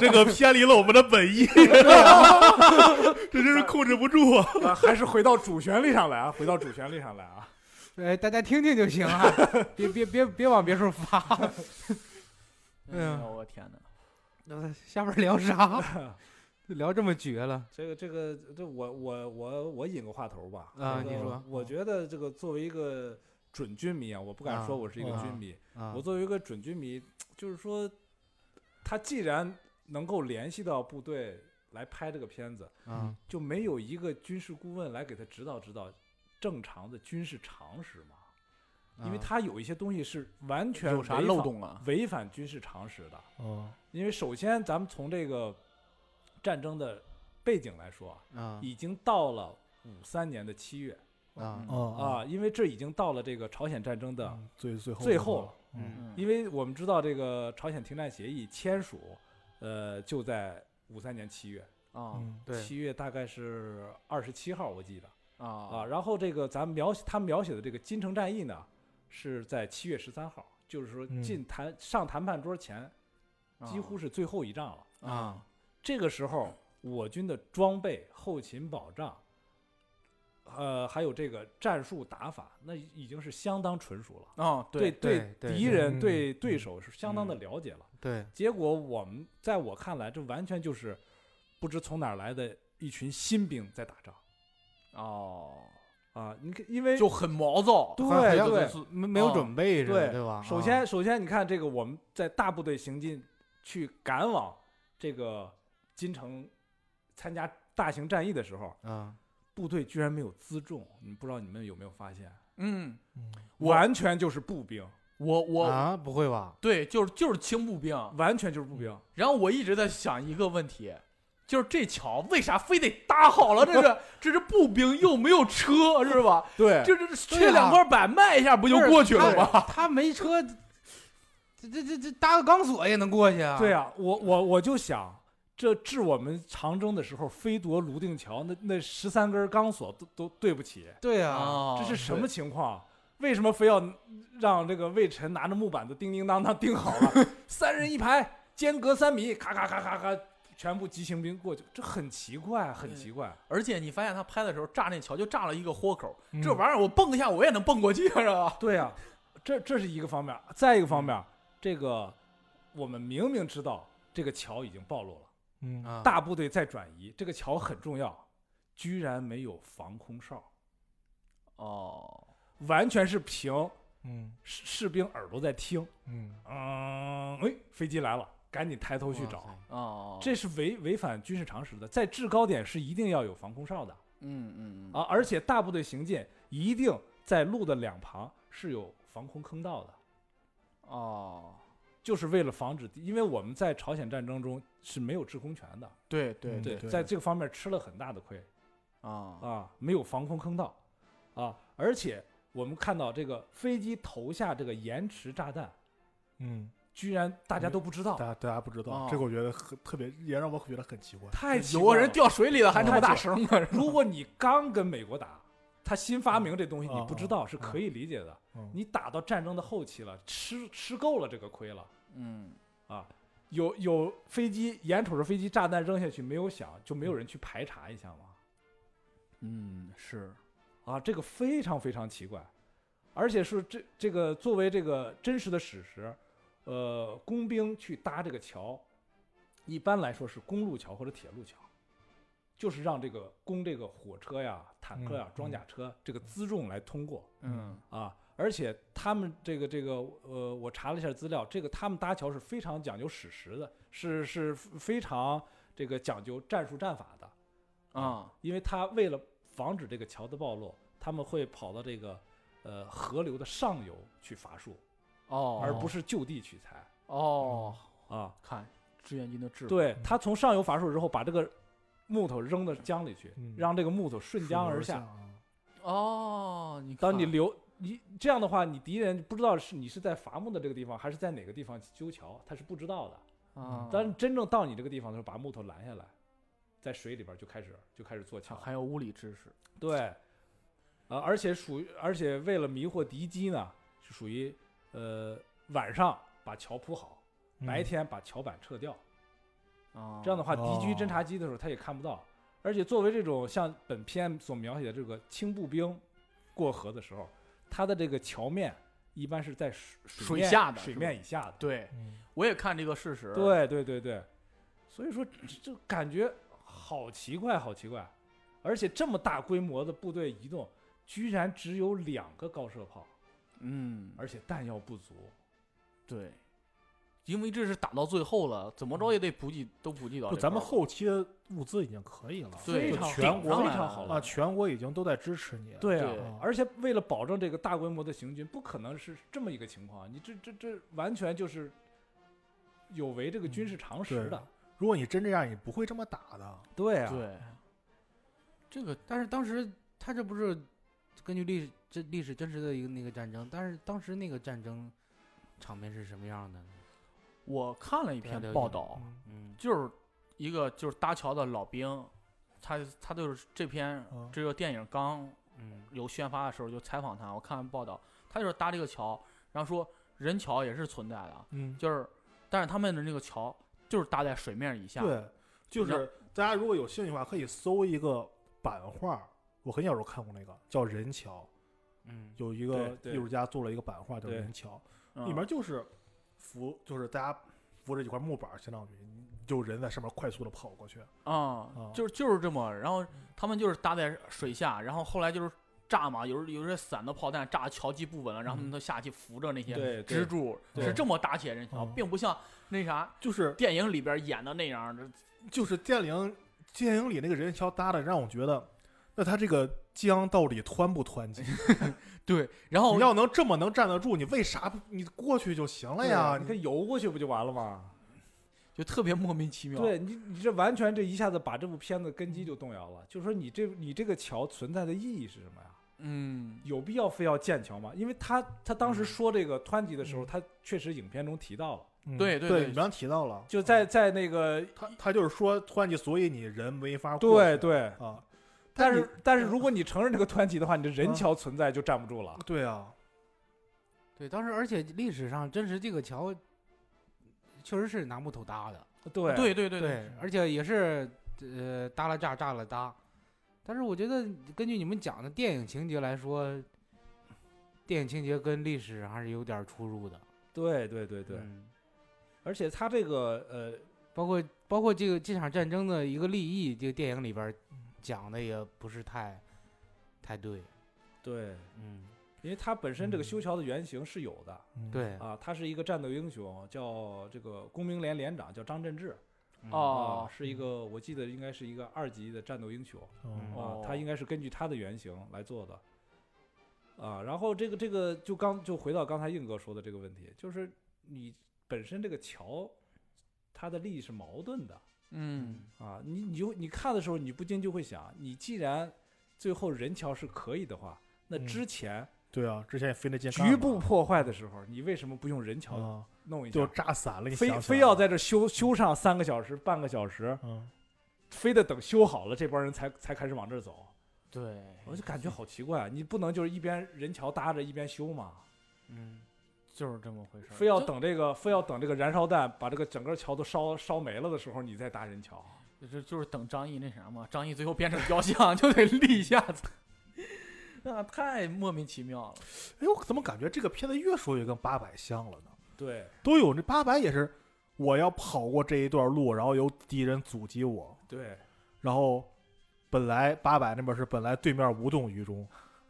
Speaker 3: 这个偏离了我们的本 意，这真是控制不住啊！
Speaker 4: 啊，还是回到主旋律上来啊，回到主旋律上来啊。
Speaker 2: 哎，大家听听就行啊，别别别别往别处发。哎呀
Speaker 1: 我天哪，
Speaker 2: 那下边聊啥？聊这么绝了？
Speaker 4: 这个这个这我我我我引个话头吧
Speaker 2: 啊
Speaker 4: 这个
Speaker 2: 你说
Speaker 4: 我觉得这个作为一个准军迷啊，我不敢
Speaker 2: 啊
Speaker 4: 说我是一个
Speaker 2: 啊
Speaker 4: 军迷，
Speaker 2: 啊
Speaker 4: 我作为一个准军迷，就是说，他既然能够联系到部队来拍这个片子，
Speaker 2: 啊
Speaker 4: 就没有一个军事顾问来给他指导指导正常的军事常识嘛？因为
Speaker 2: 啊
Speaker 4: 他有一些东西是完全
Speaker 1: 嗯有啥
Speaker 4: 违
Speaker 1: 漏
Speaker 4: 反、
Speaker 1: 洞啊？
Speaker 4: 违反军事常识的。
Speaker 3: 嗯，
Speaker 4: 因为首先，咱们从这个战争的背景来说啊，
Speaker 1: 嗯
Speaker 2: 啊
Speaker 4: 已经到了五三年的七月
Speaker 2: 啊
Speaker 3: 哦
Speaker 1: 嗯
Speaker 4: 啊，因为这已经到了这个朝鲜战争的，
Speaker 3: 嗯最最后
Speaker 4: 最后了，
Speaker 3: 嗯，
Speaker 1: 嗯
Speaker 4: 因为我们知道这个朝鲜停战协议签署，呃，就在五三年七月，
Speaker 1: 啊
Speaker 3: 嗯
Speaker 2: 对
Speaker 4: 七月大概是二十七号，我记得
Speaker 1: 啊
Speaker 4: 啊。！然后这个咱们描写他描写的这个金城战役呢，是在七月十三号，就是说
Speaker 3: 嗯
Speaker 4: 进谈、上谈判桌前，几乎是最后一仗了。
Speaker 1: 啊
Speaker 4: 这个时候，我军的装备、后勤保障，呃，还有这个战术打法，那已经是相当纯熟了。
Speaker 1: 啊，对
Speaker 4: 对
Speaker 2: 对
Speaker 4: 敌
Speaker 2: 对
Speaker 4: 人
Speaker 3: 嗯
Speaker 4: 对
Speaker 3: 嗯
Speaker 4: 对手是相当的
Speaker 1: 嗯
Speaker 4: 了解了。
Speaker 2: 对
Speaker 4: 结果我们在我看来，这完全就是不知从哪儿来的一群新兵在打仗
Speaker 1: 哦，
Speaker 4: 啊！你看，因为
Speaker 1: 就很毛躁，
Speaker 4: 对
Speaker 2: 好像
Speaker 4: 对
Speaker 1: 是
Speaker 2: 没没有
Speaker 1: 啊
Speaker 2: 准备是吧
Speaker 4: 对
Speaker 2: 对吧？
Speaker 4: 首
Speaker 2: 啊
Speaker 4: 先首先你看这个我们在大部队行进去赶往这个金城参加大型战役的时候，
Speaker 2: 啊
Speaker 4: 部队居然没有辎重，你不知道你们有没有发现？
Speaker 1: 嗯，
Speaker 3: 嗯
Speaker 1: 我
Speaker 4: 完全就是步兵，
Speaker 1: 我我
Speaker 2: 啊不会吧？
Speaker 1: 对，就是就是轻步兵。嗯
Speaker 4: 完全就是步兵。
Speaker 1: 然后我一直在想一个问题，就是这桥为啥非得搭好了？这 是这是步兵又没有车是吧？
Speaker 3: 对，
Speaker 1: 就是
Speaker 4: 啊
Speaker 1: 缺两块板卖一下不就过去了吗？
Speaker 2: 他没车，这这这这搭个钢索也能过去啊？
Speaker 4: 对呀、我我我就想，这治我们长征的时候飞夺泸定桥，那那十三根钢索都都对不起，
Speaker 2: 对啊，
Speaker 1: 啊
Speaker 4: 这是什么情况？啊为什么非要让这个魏晨拿着木板子叮叮当 当钉好了，三人一排，间隔三米，咔咔咔咔咔，全部急行兵过去，这很奇怪，很奇怪。
Speaker 1: 而且你发现他拍的时候炸那桥就炸了一个豁口，
Speaker 3: 嗯
Speaker 1: 这玩意儿我蹦一下我也能蹦过去是吧？
Speaker 4: 对呀、这这是一个方面，再一个方面，这个我们明明知道这个桥已经暴露了。
Speaker 3: 嗯
Speaker 2: 啊
Speaker 4: 大部队再转移，这个桥很重要，居然没有防空哨，
Speaker 1: 哦，
Speaker 4: 完全是凭
Speaker 3: 嗯
Speaker 4: 士士兵耳朵在听。
Speaker 3: 嗯，
Speaker 4: 嗯，哎，飞机来了，赶紧抬头去找
Speaker 2: 哇。塞
Speaker 1: 哦，
Speaker 4: 这是违违反军事常识的，在制高点是一定要有防空哨的
Speaker 1: 嗯嗯嗯
Speaker 4: 啊，而且大部队行进一定在路的两旁是有防空坑道的，
Speaker 1: 哦，
Speaker 4: 就是为了防止，因为我们在朝鲜战争中是没有制空权的，
Speaker 1: 对
Speaker 3: 嗯
Speaker 1: 对
Speaker 3: 对
Speaker 4: 在这个方面吃了很大的亏。
Speaker 1: 啊
Speaker 4: 啊，没有防空坑道啊，而且我们看到这个飞机投下这个延迟炸弹，
Speaker 3: 嗯，
Speaker 4: 居然大家都不知道
Speaker 3: 大，家大家不知道
Speaker 4: 啊
Speaker 1: 哦，
Speaker 3: 这个我觉得很特别，也让我觉得很奇怪。
Speaker 4: 太奇
Speaker 1: 有
Speaker 4: 怪
Speaker 1: 个
Speaker 4: 了
Speaker 1: 人。掉水里啊了还那么大声呢，是吧
Speaker 4: 哦如果你刚跟美国打，他新发明这东西你不知道是可以理解的，
Speaker 1: 哦
Speaker 3: 嗯
Speaker 4: 你打到战争的后期了，吃吃够了这个亏了
Speaker 1: 嗯
Speaker 4: 啊。有有飞机，眼瞅着飞机炸弹扔下去没有响，就没有人去排查一下吗？
Speaker 1: 嗯是
Speaker 4: 啊，这个非常非常奇怪，而且是这这个作为这个真实的史实，呃，工兵去搭这个桥，一般来说是公路桥或者铁路桥，就是让这个供这个火车呀、坦克呀、
Speaker 3: 嗯
Speaker 4: 装甲车这个辎重来通过
Speaker 1: 嗯
Speaker 4: 啊。而且他们这个这个呃，我查了一下资料，这个他们搭桥是非常讲究史实的，是是非常这个讲究战术战法的。嗯
Speaker 1: 啊
Speaker 4: 因为他为了防止这个桥的暴露，他们会跑到这个呃河流的上游去伐树，
Speaker 1: 哦，
Speaker 4: 而不是就地取材
Speaker 1: 哦，
Speaker 4: 啊。
Speaker 1: 看志愿军的智慧，
Speaker 4: 对他从上游伐树之后，把这个木头扔到江里去，
Speaker 3: 嗯
Speaker 4: 让这个木头顺江而
Speaker 3: 下
Speaker 4: 下。
Speaker 3: 啊，
Speaker 1: 哦，你
Speaker 4: 当
Speaker 1: 看
Speaker 4: 你流你这样的话，你敌人不知道是你是在伐木的这个地方，还是在哪个地方修桥，他是不知道的。
Speaker 1: 啊，
Speaker 4: 但是真正到你这个地方的时候，把木头拦下来，在水里边就开始就开始做桥
Speaker 1: 啊。还有物理知识，
Speaker 4: 对，呃，而且属于，而且为了迷惑敌机呢，是属于呃晚上把桥铺好，
Speaker 1: 嗯
Speaker 3: 嗯
Speaker 4: 白天把桥板撤掉，
Speaker 1: 啊，
Speaker 4: 这样的话，敌机
Speaker 3: 哦
Speaker 4: 侦察机的时候他也看不到。而且作为这种像本片所描写的这个轻步兵过河的时候，它的这个桥面一般是在水
Speaker 1: 水
Speaker 4: 面
Speaker 1: 下的
Speaker 4: 水
Speaker 1: 是
Speaker 4: 面以下的。
Speaker 1: 对
Speaker 3: 嗯
Speaker 1: 我也看这个事实，
Speaker 4: 对对对对，所以说这这感觉好奇怪，好奇怪，而且这么大规模的部队移动，居然只有两个高射炮，
Speaker 1: 嗯，
Speaker 4: 而且弹药不足。
Speaker 1: 对，因为这是打到最后了，怎么着也得补给，都补给到
Speaker 3: 不，
Speaker 1: 这
Speaker 3: 咱们
Speaker 1: 边儿
Speaker 3: 后期的物资已经可以了，
Speaker 1: 对
Speaker 4: 非
Speaker 3: 就
Speaker 4: 常
Speaker 3: 全
Speaker 1: 顶上
Speaker 3: 国
Speaker 1: 来
Speaker 4: 非常好
Speaker 1: 了
Speaker 3: 啊，全国已经都在支持你。
Speaker 4: 对啊，
Speaker 1: 对
Speaker 4: 而且为了保证这个大规模的行军，不可能是这么一个情况，你这这这完全就是有违这个军事常识
Speaker 3: 对
Speaker 4: 的。
Speaker 3: 如果你真这样，你不会这么打的。
Speaker 4: 对啊，
Speaker 1: 对，
Speaker 2: 这个，但是当时他这不是根据历史这历史真实的一个那个战争，但是当时那个战争场面是什么样的呢？
Speaker 1: 我看了一
Speaker 2: 对啊
Speaker 1: 篇
Speaker 2: 了
Speaker 1: 报
Speaker 2: 解
Speaker 1: 道，
Speaker 2: 嗯，
Speaker 1: 就是一个就是搭桥的老兵，他他就是这篇
Speaker 3: 嗯
Speaker 1: 这个电影刚
Speaker 2: 嗯，
Speaker 1: 有宣发的时候就采访他，我看报道，他就是搭这个桥，然后说人桥也是存在的，啊
Speaker 3: 嗯，
Speaker 1: 就是但是他们的那个桥就是搭在水面以下，
Speaker 3: 对，就
Speaker 1: 然
Speaker 3: 是大家如果有兴趣的话，可以搜一个版画，我很小时候看过那个叫《人桥》，
Speaker 2: 嗯，
Speaker 3: 有一个
Speaker 4: 对对
Speaker 3: 艺术家做了一个版画叫《
Speaker 4: 对
Speaker 3: 人桥》，
Speaker 1: 嗯，
Speaker 3: 里面就是扶，就是大家扶着一块木板儿，相当于有人在上面快速的跑过去。
Speaker 1: 啊、
Speaker 3: 啊
Speaker 1: 就是就是这么，然后他们就是搭在水下，然后后来就是炸嘛，有时有些散的炮弹炸桥基不稳了，然
Speaker 3: 嗯
Speaker 1: 后他们都下去扶着那些
Speaker 4: 对
Speaker 1: 支
Speaker 4: 对
Speaker 1: 柱，
Speaker 4: 对
Speaker 1: 是这么搭起来人桥，
Speaker 3: 嗯
Speaker 1: 并不像那啥
Speaker 3: 就是
Speaker 1: 电影里边演的那样的。
Speaker 3: 就是电影电影里那个人桥搭的，让我觉得，那他这个江到底湍不湍急？
Speaker 1: 对，然
Speaker 4: 哦
Speaker 1: 后
Speaker 3: 你要能这么能站得住，你为啥不你过去就行了
Speaker 4: 对啊
Speaker 3: 呀？
Speaker 4: 你
Speaker 3: 你
Speaker 4: 可以游过去不就完了吗？
Speaker 1: 就特别莫名其妙。
Speaker 4: 对啊嗯你，你这完全这一下子把这部片子根基就动摇了。就说你这你这个桥存在的意义是什么呀？
Speaker 1: 嗯，
Speaker 4: 有必要非要建桥吗？因为他他当时说这个湍急的时候，
Speaker 3: 嗯
Speaker 4: 他确实影片中提到了，
Speaker 3: 嗯
Speaker 1: 对对
Speaker 3: 对
Speaker 1: 对
Speaker 3: 你刚刚提到了，
Speaker 4: 就在在那个
Speaker 3: 他他就是说湍急，所以你人没法过
Speaker 4: 对
Speaker 3: 去
Speaker 4: 对，
Speaker 3: 啊，
Speaker 4: 但
Speaker 3: 你
Speaker 4: 是啊但是如果你承认这个湍急的话，你的人桥存在就站不住了。
Speaker 3: 对啊，
Speaker 2: 对，当时而且历史上真实这个桥，确实是拿木头搭的，
Speaker 4: 对
Speaker 1: 对对对
Speaker 2: 对，而且也是呃搭了炸炸了搭，但是我觉得根据你们讲的电影情节来说，电影情节跟历史还是有点儿出入的。
Speaker 4: 对对对对，
Speaker 2: 嗯
Speaker 4: 而且他这个呃
Speaker 2: 包括包括这个这场战争的一个利益，这个电影里边儿讲的也不是太太对，
Speaker 4: 对，
Speaker 2: 嗯，
Speaker 4: 因为他本身这个
Speaker 3: 嗯
Speaker 4: 修桥的原型是有的
Speaker 3: 嗯，
Speaker 2: 对，
Speaker 4: 啊，他是一个战斗英雄，叫这个工兵连连长叫张振志
Speaker 2: 嗯
Speaker 1: 哦
Speaker 4: 啊，是一个我记得应该是一个二级的战斗英雄。
Speaker 3: 嗯
Speaker 4: 啊
Speaker 1: 哦，
Speaker 4: 它应该是根据它的原型来做的。啊，然后这个这个就刚就回到刚才硬哥说的这个问题，就是你本身这个桥，它的利益是矛盾的
Speaker 1: 嗯
Speaker 4: 啊。你你就你看的时候，你不禁就会想，你既然最后人桥是可以的话，那
Speaker 3: 嗯
Speaker 4: 之前
Speaker 3: 对啊，之前也飞那箭杆
Speaker 4: 局
Speaker 3: 嘛
Speaker 4: 部破坏的时候，你为什么不用人桥
Speaker 3: 啊，
Speaker 4: 弄一
Speaker 3: 就
Speaker 4: 下？
Speaker 3: 炸散了，你啊
Speaker 4: 非
Speaker 3: 想起
Speaker 4: 非
Speaker 3: 来
Speaker 4: 要
Speaker 3: 了
Speaker 4: 在这修修上三个小时、半个小时，
Speaker 3: 嗯
Speaker 4: 非得等修好了，这帮人才才开始往这儿走。
Speaker 2: 对，
Speaker 4: 我就感觉好奇怪，啊你不能就是一边人桥搭着一边修嘛，
Speaker 2: 嗯，
Speaker 1: 就是这么回事儿。
Speaker 4: 非要
Speaker 1: 就
Speaker 4: 等这个非要等这个燃烧弹把这个整个桥都烧烧没了的时候，你再搭人桥。
Speaker 1: 就就是等张译那啥嘛，张译最后变成雕像 就得立一下子，那太莫名其妙了。
Speaker 3: 哎，我怎么感觉这个片子越说越跟八百像了呢？
Speaker 4: 对
Speaker 3: 都有这八百也是，我要跑过这一段路，然后有敌人阻击我，
Speaker 4: 对
Speaker 3: 然后本来八百那边是本来对面无动于衷，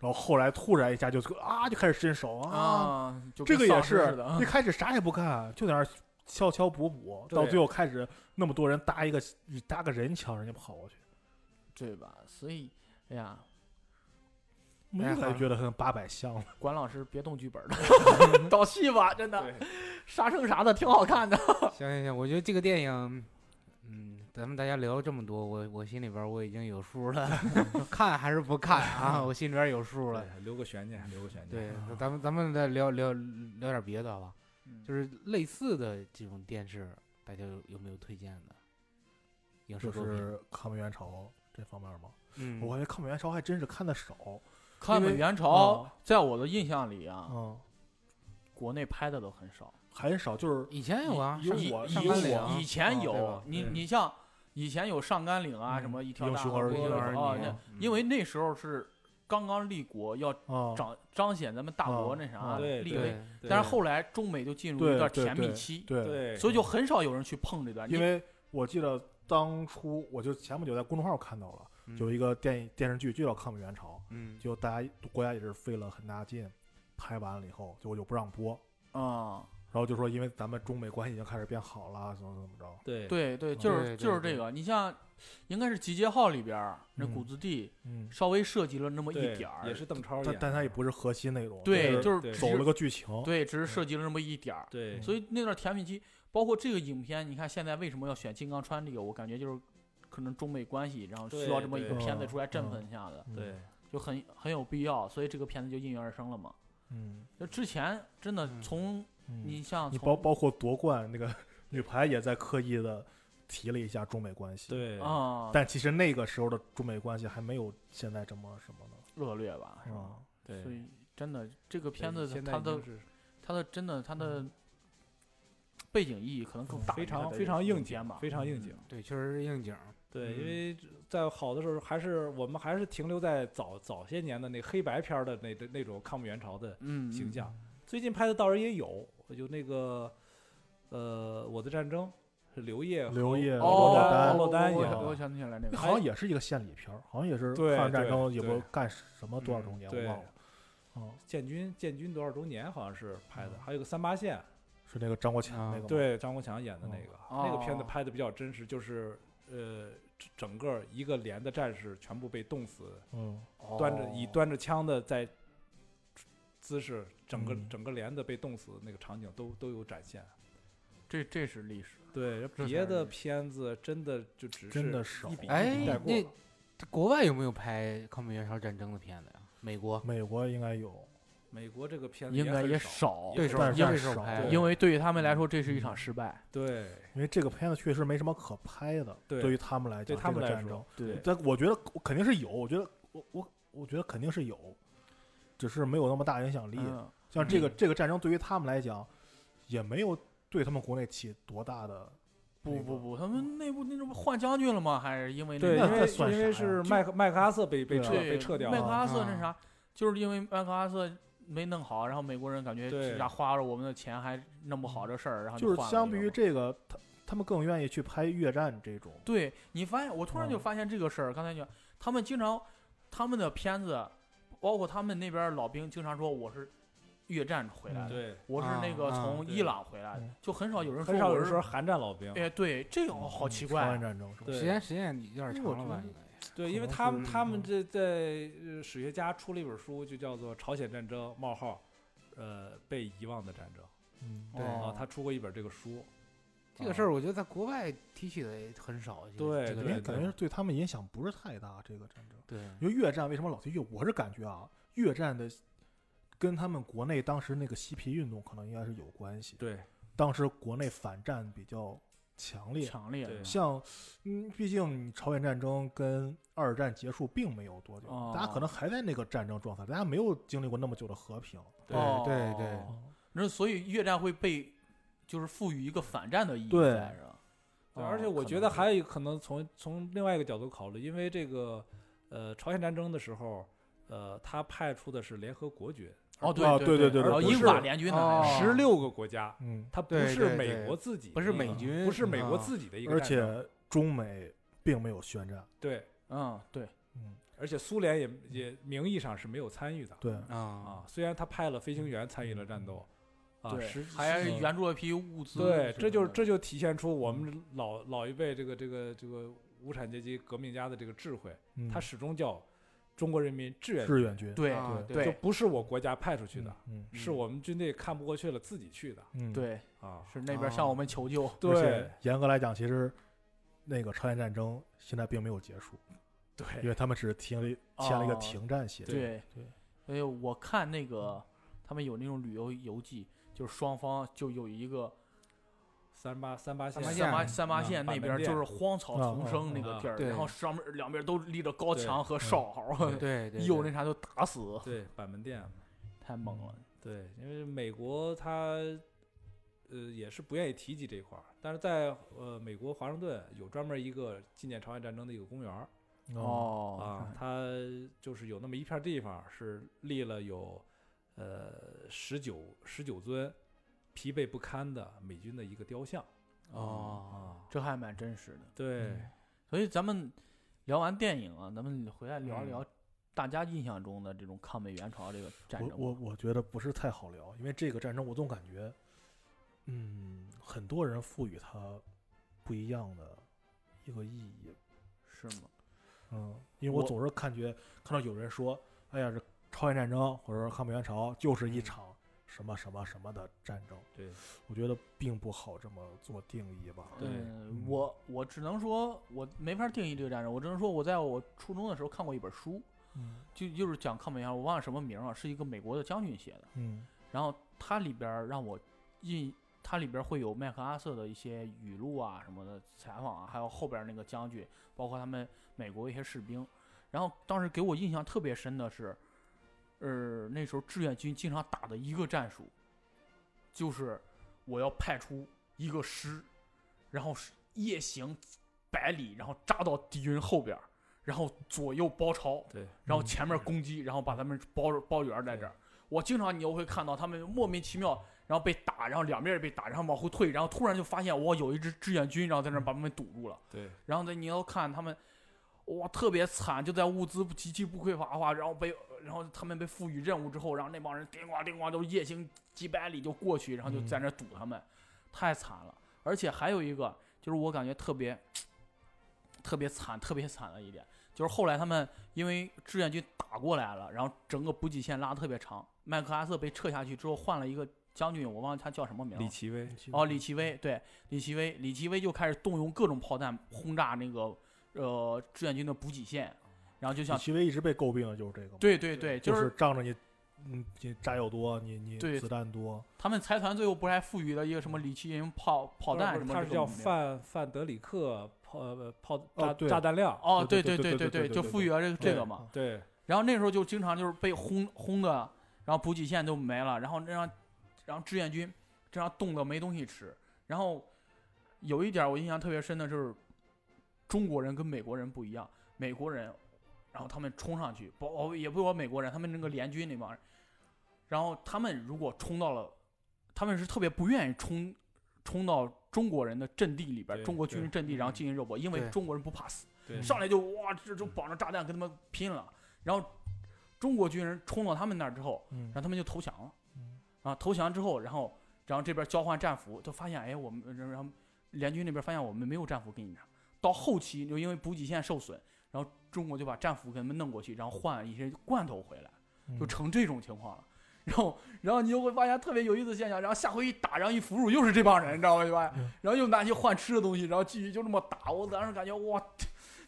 Speaker 3: 然后后来突然一下就啊就开始伸手啊，
Speaker 1: 啊，就
Speaker 3: 这
Speaker 1: 跟
Speaker 3: 个也
Speaker 1: 丧尸似
Speaker 3: 是
Speaker 1: 的啊
Speaker 3: 一开始啥也不干，就在那儿敲敲补补，
Speaker 4: 对
Speaker 3: 到最后开始那么多人搭一个搭个人墙，人家跑过去，
Speaker 1: 对吧？所以，哎呀，
Speaker 3: 我
Speaker 1: 哎
Speaker 3: 越
Speaker 1: 好
Speaker 3: 来越觉得跟八百像了。
Speaker 1: 管老师别动剧本了， 导戏吧，真的
Speaker 4: 对，
Speaker 1: 啥剩啥的，挺好看的。
Speaker 2: 行行行，我觉得这个电影，嗯，咱们大家聊了这么多，我我心里边儿我已经有数了， 看还是不看啊？我心里边儿有数了。
Speaker 4: 对留个悬念，留个悬念。
Speaker 2: 对，咱们咱们再聊聊聊点别的好吧？嗯就是类似的这种电视，大家有有没有推荐的影视
Speaker 3: 就
Speaker 2: 作品？
Speaker 3: 是抗美援朝这方面吗？
Speaker 2: 嗯，
Speaker 3: 我感觉抗美援朝还真是看的少。
Speaker 1: 抗美
Speaker 3: 因为
Speaker 1: 援朝，在我的印象里啊，
Speaker 3: 嗯，
Speaker 1: 国内拍的都很少。
Speaker 3: 很少，就是
Speaker 2: 以前有啊，
Speaker 3: 有
Speaker 2: 上
Speaker 1: 以
Speaker 3: 我
Speaker 2: 上
Speaker 1: 以
Speaker 2: 甘
Speaker 1: 我
Speaker 2: 岭啊
Speaker 1: 以前
Speaker 3: 啊
Speaker 2: 对
Speaker 1: 有
Speaker 2: 吧
Speaker 1: 你，
Speaker 4: 对
Speaker 1: 你像以前有上甘岭啊，什么一条
Speaker 3: 英
Speaker 1: 大
Speaker 3: 雄
Speaker 1: 河
Speaker 3: 儿
Speaker 1: 波
Speaker 2: 女
Speaker 1: 的
Speaker 2: 儿
Speaker 1: 哦
Speaker 2: 女
Speaker 1: 那
Speaker 2: 嗯
Speaker 1: 因为那时候是刚刚立国，要
Speaker 3: 啊，
Speaker 1: 彰彰显咱们大国
Speaker 3: 嗯
Speaker 1: 那啥
Speaker 3: 嗯
Speaker 4: 对
Speaker 1: 立威
Speaker 2: 对，
Speaker 4: 对
Speaker 1: 但是后来中美就进入一
Speaker 3: 对
Speaker 1: 段
Speaker 3: 对
Speaker 1: 甜蜜
Speaker 3: 对
Speaker 1: 期，
Speaker 3: 对，
Speaker 4: 对，
Speaker 1: 所以就很少有人去碰这段。
Speaker 3: 因
Speaker 1: 你
Speaker 3: 为我记得当初我就前不久在公众号看到了
Speaker 2: 嗯
Speaker 3: 有一个电影电视剧就叫《抗美援朝
Speaker 2: 嗯》，，
Speaker 3: 就大家国家也是费了很大劲，拍完了以后就就不让播，
Speaker 2: 嗯
Speaker 1: 啊，
Speaker 3: 然后就说因为咱们中美关系已经开始变好了，怎么怎么着，
Speaker 4: 对
Speaker 1: 对对，就是
Speaker 2: 对对
Speaker 1: 就是
Speaker 2: 对
Speaker 1: 这个。你像，应该是集结号里边儿那
Speaker 3: 嗯
Speaker 1: 谷子地
Speaker 3: 嗯，
Speaker 1: 稍微涉及了那么一
Speaker 4: 对
Speaker 1: 点儿，
Speaker 4: 也是邓超演
Speaker 3: 但
Speaker 4: 的，
Speaker 3: 但它也不是核心内容，
Speaker 1: 对，
Speaker 3: 就是
Speaker 1: 就是
Speaker 4: 对
Speaker 1: 只
Speaker 3: 走了嗯个剧情，
Speaker 1: 对，只是涉及了那么一点儿。
Speaker 4: 对
Speaker 1: 所以那段甜蜜期，包括这个影片，你看现在为什么要选《金刚川》这个，我感觉就是可能中美关系，然后需要
Speaker 4: 对
Speaker 1: 这么一个
Speaker 4: 对
Speaker 1: 片子出来振
Speaker 3: 嗯
Speaker 1: 奋一下子，
Speaker 3: 嗯
Speaker 4: 对，
Speaker 1: 就很很有必要，所以这个片子就应运而生了嘛。
Speaker 3: 嗯，
Speaker 1: 就之前真的
Speaker 2: 嗯
Speaker 1: 从
Speaker 3: 嗯
Speaker 1: 你像
Speaker 3: 你
Speaker 1: 从
Speaker 3: 包包括夺冠那个女排也在刻意的提了一下中美关系，
Speaker 4: 对
Speaker 1: 啊
Speaker 3: 但其实那个时候的中美关系还没有现在这么什么呢，
Speaker 1: 恶劣吧，是
Speaker 3: 是
Speaker 1: 吧
Speaker 3: 吧？？
Speaker 4: 对
Speaker 1: 所以真的这个片
Speaker 4: 现
Speaker 1: 子
Speaker 4: 在
Speaker 1: 它
Speaker 4: 已
Speaker 1: 的
Speaker 4: 经是嗯
Speaker 1: 它的真的它的背景意义可能更大，
Speaker 4: 非常非常应景
Speaker 1: 吧，
Speaker 4: 非常应景。
Speaker 2: 对，确实是应景儿。
Speaker 4: 对，
Speaker 1: 嗯
Speaker 4: 因为在好的时候，还是我们还是停留在早早些年的那黑白片儿的那那种抗美援朝的
Speaker 1: 嗯
Speaker 4: 形象。最近拍的倒是也有，有那个呃，《我的战争》是刘烨和
Speaker 3: 刘烨、
Speaker 1: 哦，
Speaker 4: 罗
Speaker 3: 罗
Speaker 4: 丹
Speaker 3: 丹，
Speaker 4: 罗丹
Speaker 1: 我
Speaker 4: 演
Speaker 1: 想
Speaker 4: 的
Speaker 1: 我想起来那
Speaker 3: 那
Speaker 1: 个，哎
Speaker 3: 好像也是一个献礼片儿，好像也是
Speaker 4: 对
Speaker 3: 抗日战
Speaker 4: 对
Speaker 3: 争也不
Speaker 4: 对
Speaker 3: 知道干什么多少周年，
Speaker 4: 对
Speaker 3: 我忘了。哦，
Speaker 4: 建军建军多少周年好像是拍的，
Speaker 3: 嗯
Speaker 4: 还有个三八线，
Speaker 3: 是那个张国强
Speaker 2: 啊
Speaker 3: 那个吗？
Speaker 4: 对张国强演的那个，那个片子
Speaker 1: 哦
Speaker 4: 拍的比较真实，就是呃。整个一个连的战士全部被冻死，
Speaker 3: 嗯，
Speaker 1: 哦
Speaker 4: 端着以端着枪的在姿势，整个
Speaker 3: 嗯
Speaker 4: 整个连的被冻死的那个场景都都有展现。
Speaker 1: 这这是历史，
Speaker 4: 对，
Speaker 1: 这
Speaker 4: 别
Speaker 1: 才
Speaker 4: 的
Speaker 1: 是
Speaker 4: 片子真的就只是
Speaker 3: 真的少
Speaker 4: 一笔一
Speaker 2: 哎
Speaker 4: 笔带过
Speaker 2: 那
Speaker 4: 了
Speaker 2: 这国外有没有拍抗美援朝战争的片子呀？美国
Speaker 3: 美国应该有，
Speaker 4: 美国这个片子
Speaker 1: 应该
Speaker 4: 很嗯
Speaker 1: 也
Speaker 4: 少，
Speaker 1: 少，
Speaker 4: 对
Speaker 2: 对
Speaker 4: 手
Speaker 2: 手
Speaker 3: 但是
Speaker 2: 对
Speaker 3: 少
Speaker 2: 手拍
Speaker 4: 对
Speaker 2: 的，
Speaker 1: 因为对于他们来说，这是一场失败。
Speaker 4: 对
Speaker 1: 哎
Speaker 3: 因为这个片子确实没什么可拍的，
Speaker 4: 对
Speaker 3: 于他们来
Speaker 4: 对
Speaker 3: 讲，
Speaker 4: 他们
Speaker 3: 这个
Speaker 4: 来
Speaker 3: 战争
Speaker 4: 说，，对
Speaker 3: 但我觉得肯定是有，我觉得我我我觉得肯定是有，只是没有那么大影响力。
Speaker 1: 嗯，
Speaker 3: 像这个、这个战争对于他们来讲，也没有对他们国内起多大的那
Speaker 1: 不
Speaker 3: 个
Speaker 1: 不不，他们内部那这不换将军了吗？还是因为
Speaker 4: 对，
Speaker 1: 那
Speaker 3: 那
Speaker 1: 个
Speaker 4: 因
Speaker 3: 这
Speaker 4: 为
Speaker 3: 算
Speaker 4: 因为
Speaker 3: 啥
Speaker 4: 是
Speaker 3: 呀
Speaker 4: 麦克麦克阿瑟被被
Speaker 3: 对
Speaker 4: 撤
Speaker 3: 啊
Speaker 1: 对
Speaker 4: 被撤掉
Speaker 1: 麦克
Speaker 4: 了，
Speaker 1: 阿瑟那
Speaker 2: 嗯
Speaker 1: 啥，就是因为麦克阿瑟没弄好，然后美国人感觉
Speaker 4: 对
Speaker 1: 这家花了我们的钱还弄不好这事儿，然后
Speaker 3: 就是
Speaker 1: 换了
Speaker 3: 相
Speaker 1: 一
Speaker 3: 比
Speaker 1: 个
Speaker 3: 于
Speaker 1: 嘛
Speaker 3: 这个，他他们更愿意去拍越战这种。
Speaker 1: 对你发现，我突然就
Speaker 3: 嗯
Speaker 1: 发现这个事儿。刚才就他们经常他们的片子，包括他们那边儿老兵经常说我是越战回来的，
Speaker 4: 对，
Speaker 1: 我是那个
Speaker 2: 啊啊
Speaker 1: 从伊
Speaker 4: 对
Speaker 1: 朗回来的
Speaker 3: 嗯，
Speaker 1: 就很哦少有人
Speaker 4: 很
Speaker 1: 说
Speaker 4: 少
Speaker 1: 我
Speaker 4: 有
Speaker 1: 是
Speaker 4: 说韩战老兵，
Speaker 1: 哎，对，这个
Speaker 4: 嗯
Speaker 1: 好奇
Speaker 3: 朝
Speaker 1: 怪啊
Speaker 3: 鲜。嗯战争是
Speaker 4: 啊
Speaker 3: 吧？
Speaker 4: 对
Speaker 2: 时间时间有点
Speaker 3: 因
Speaker 2: 长
Speaker 3: 为我
Speaker 2: 了
Speaker 3: 觉
Speaker 2: 吧
Speaker 3: 得？
Speaker 2: 应该
Speaker 4: 对，
Speaker 3: 可
Speaker 4: 因为
Speaker 3: 能
Speaker 4: 他们
Speaker 2: 是
Speaker 4: 他们这在呃史学家出了一本书，就叫做《朝鲜战争：冒号，呃，被遗忘的战争》
Speaker 3: 嗯，
Speaker 2: 对
Speaker 4: 啊
Speaker 1: 哦，
Speaker 4: 他出过一本这个书。啊
Speaker 2: 这个事儿，我觉得在国外提起的也很少。这
Speaker 4: 对
Speaker 2: 个这个
Speaker 3: 因为
Speaker 2: 这
Speaker 3: 感
Speaker 2: 个
Speaker 3: 觉对他们影响不是太大。这个战争，
Speaker 2: 对
Speaker 3: 因为越战为什么老提越？我是感觉啊，越战的跟他们国内当时那个嬉皮运动可能应该是有关系。
Speaker 4: 对
Speaker 3: 当时国内反战比较强烈，
Speaker 1: 强烈
Speaker 4: 对
Speaker 1: 的
Speaker 3: 像，嗯，毕竟你朝鲜战争跟二战结束并没有多久，
Speaker 1: 哦
Speaker 3: 大家可能还在那个战争状态，大家没有经历过那么久的和平。
Speaker 4: 对
Speaker 1: 哦
Speaker 2: 对对
Speaker 1: 那所以越战会被就是赋予一个反战的意义
Speaker 3: 对
Speaker 1: 在是吧？
Speaker 4: 对，
Speaker 1: 哦
Speaker 4: 而且我觉得还有一个可能从从另外一个角度考虑，因为这个呃朝鲜战争的时候，呃他派出的是联合国军，
Speaker 1: 哦
Speaker 3: 啊
Speaker 1: 对
Speaker 3: 对对
Speaker 1: 然
Speaker 4: 而
Speaker 1: 后
Speaker 4: 不
Speaker 1: 英
Speaker 4: 是
Speaker 1: 法联军呢还
Speaker 2: 哦
Speaker 1: 是
Speaker 4: 十六个国家，
Speaker 3: 嗯，
Speaker 4: 他不
Speaker 2: 对
Speaker 4: 是
Speaker 2: 对
Speaker 4: 美
Speaker 2: 对
Speaker 4: 国自己
Speaker 1: 不
Speaker 4: 的
Speaker 1: 是
Speaker 4: 一
Speaker 1: 美
Speaker 4: 个
Speaker 2: 军
Speaker 4: 不是美国
Speaker 2: 嗯
Speaker 4: 自己的一个
Speaker 3: 而
Speaker 4: 战争，
Speaker 3: 且中美并没有宣战。
Speaker 4: 对，
Speaker 1: 嗯对
Speaker 3: 嗯，
Speaker 4: 而且苏联也也名义上是没有参与的。
Speaker 3: 对，
Speaker 2: 啊
Speaker 4: 啊，，虽然他派了飞行员参与了战斗，啊，
Speaker 1: 对
Speaker 4: 实，
Speaker 1: 还
Speaker 4: 实
Speaker 1: 援助了批物资什么的。
Speaker 4: 对，这就是这就体现出我们老老一辈这个这个这个无产阶级革命家的这个智慧，
Speaker 3: 嗯
Speaker 4: 他始终叫中国人民志愿
Speaker 3: 志愿军，
Speaker 1: 对
Speaker 2: 啊
Speaker 3: 对
Speaker 4: 就
Speaker 1: 对
Speaker 4: 不是我国家派出去的，
Speaker 3: 嗯，
Speaker 4: 是我们军队看不过去了自己去的
Speaker 3: 嗯，嗯，
Speaker 1: 对，
Speaker 4: 啊。
Speaker 1: 是那边向我们求救。
Speaker 3: 而且
Speaker 4: 对
Speaker 3: 严格来讲，其实那个朝鲜战争现在并没有结束，因
Speaker 4: 对
Speaker 3: 为他们只是停了一签了一个
Speaker 1: 哦
Speaker 3: 停战协议。
Speaker 1: 对
Speaker 3: 对，
Speaker 1: 所以我看那个他们有那种旅游游记，就是双方就有一个
Speaker 4: 三八三八线
Speaker 2: 八
Speaker 1: 三
Speaker 2: 线
Speaker 1: 八三八
Speaker 4: 嗯
Speaker 1: 线
Speaker 4: 板
Speaker 1: 那
Speaker 4: 门
Speaker 1: 边
Speaker 4: 店
Speaker 1: 就是荒草丛生那个地儿，
Speaker 2: 嗯嗯嗯
Speaker 1: 然后上面两边都立着高墙和
Speaker 3: 对
Speaker 1: 哨号，
Speaker 4: 对
Speaker 2: 对 对，
Speaker 1: 一有
Speaker 2: 对
Speaker 1: 那啥就打死，
Speaker 4: 对板门店，
Speaker 1: 太猛了。
Speaker 4: 对，因为美国他呃也是不愿意提及这块儿，但是在呃美国华盛顿有专门一个纪念朝鲜战争的一个公园儿。
Speaker 1: 哦
Speaker 3: 哦，
Speaker 4: 啊，，它就是有那么一片地方是立了有，呃，十九十九尊疲惫不堪的美军的一个雕像
Speaker 1: 嗯
Speaker 2: 哦，
Speaker 4: 啊。嗯
Speaker 1: 这还蛮真实的。
Speaker 4: 对，
Speaker 1: 所以咱们聊完电影啊，咱们回来聊一
Speaker 4: 嗯
Speaker 1: 聊大家印象中的这种抗美援朝这个战争
Speaker 3: 我
Speaker 1: 吧。
Speaker 3: 我我觉得不是太好聊，因为这个战争我总感觉，嗯，很多人赋予它不一样的一个意义。
Speaker 1: 是吗？
Speaker 3: 嗯，因为我
Speaker 1: 我
Speaker 3: 总是感觉看到有人说，哎呀，这朝鲜战争或者说抗美援朝就是
Speaker 1: 嗯
Speaker 3: 一场什么什么什么的战争，
Speaker 4: 对，
Speaker 3: 我觉得并不好这么做定义吧。
Speaker 4: 对
Speaker 1: 嗯，我我只能说，我没法定义这个战争，我只能说我在我初中的时候看过一本书，
Speaker 3: 嗯
Speaker 1: 就就是讲抗美援朝，我忘了什么名儿了，是一个美国的将军写的。
Speaker 3: 嗯
Speaker 1: 然后它里边儿让我印，它里边儿会有麦克阿瑟的一些语录啊什么的采访啊，还有后边儿那个将军，包括他们美国一些士兵。然后当时给我印象特别深的是，呃，那时候志愿军经常打的一个战术，就是我要派出一个师，然后是夜行百里，然后扎到敌人后边儿，然后左右包抄，
Speaker 4: 对，
Speaker 1: 然后前面攻击，然后把他们包包圆在这儿。我经常你又会看到他们莫名其妙，然后被打，然后两边也被打，然后往后退，然后突然就发现我有一支志愿军，然后在那儿把他们堵住了。
Speaker 4: 对，
Speaker 1: 然后呢，你要看他们，哇，特别惨，就在物资不极其不匮乏的话，然后被然后他们被赋予任务之后，然后那帮人叮咣叮咣都夜行几百里就过去，然后就在那儿堵他们，太惨了。而且还有一个就是我感觉特别特别惨、特别惨的一点，就是后来他们因为志愿军打过来了，然后整个补给线拉得特别长，麦克阿瑟被撤下去之后，换了一个将军，我忘了他叫什么名
Speaker 4: 李
Speaker 1: 了。
Speaker 4: 奇微，
Speaker 1: 哦，李奇微，对，李奇微，李奇微就开始动用各种炮弹轰炸那个呃志愿军的补给线，然后就像
Speaker 3: 李奇微一直被诟病的就是这个嘛，
Speaker 1: 对对对，
Speaker 3: 就
Speaker 1: 就是
Speaker 3: 仗着你，嗯，你炸药多，你你
Speaker 1: 对
Speaker 3: 子弹多，
Speaker 1: 他们财团最后不是还赋予了一个什么李奇云炮炮
Speaker 4: 不是
Speaker 1: 弹
Speaker 4: 不
Speaker 1: 什
Speaker 4: 是
Speaker 1: 么
Speaker 4: 他
Speaker 1: 这
Speaker 4: 是
Speaker 1: 种
Speaker 4: 叫
Speaker 1: 名字
Speaker 4: 范范德里克炮呃炮炸
Speaker 3: 对
Speaker 4: 炸弹量，
Speaker 1: 哦，
Speaker 3: 对
Speaker 1: 对
Speaker 3: 对对
Speaker 1: 对
Speaker 3: 对对
Speaker 1: 对，
Speaker 3: 对
Speaker 1: 就
Speaker 3: 对
Speaker 1: 赋予了这个这
Speaker 4: 对
Speaker 1: 个嘛。
Speaker 4: 对，
Speaker 1: 然后那时候就经常就是被轰轰的，然后补给线就没了，然后让然后志愿军这样冻得没东西吃。然后有一点我印象特别深的就是，中国人跟美国人不一样，美国人，然后他们冲上去，不哦也不是说美国人，他们那个联军那帮人，然后他们如果冲到了，他们是特别不愿意冲冲到中国人的阵地里边，
Speaker 4: 对
Speaker 1: 中国军
Speaker 4: 对
Speaker 1: 人阵地，然后
Speaker 4: 嗯
Speaker 1: 进行肉搏，因为
Speaker 2: 对
Speaker 1: 中国人不怕死。
Speaker 4: 对
Speaker 1: 上来就哇，这就绑着炸弹跟他们拼了。然后中国军人冲到他们那儿之后，
Speaker 3: 嗯
Speaker 1: 然后他们就投降了
Speaker 3: 嗯。
Speaker 1: 啊，投降之后，然后然后这边交换战俘，就发现哎，我们然后联军那边发现我们没有战俘给你拿。到后期就因为补给线受损，然后中国就把战俘给他们弄过去，然后换一些罐头回来，就
Speaker 3: 嗯
Speaker 1: 成这种情况了。然后，然后你就会发现特别有意思的现象。然后下回一打，然后一俘虏又是这帮人，你知道吗？对吧？
Speaker 3: 嗯
Speaker 1: 然后又拿去换吃的东西，然后继续就这么打。我当时感觉哇，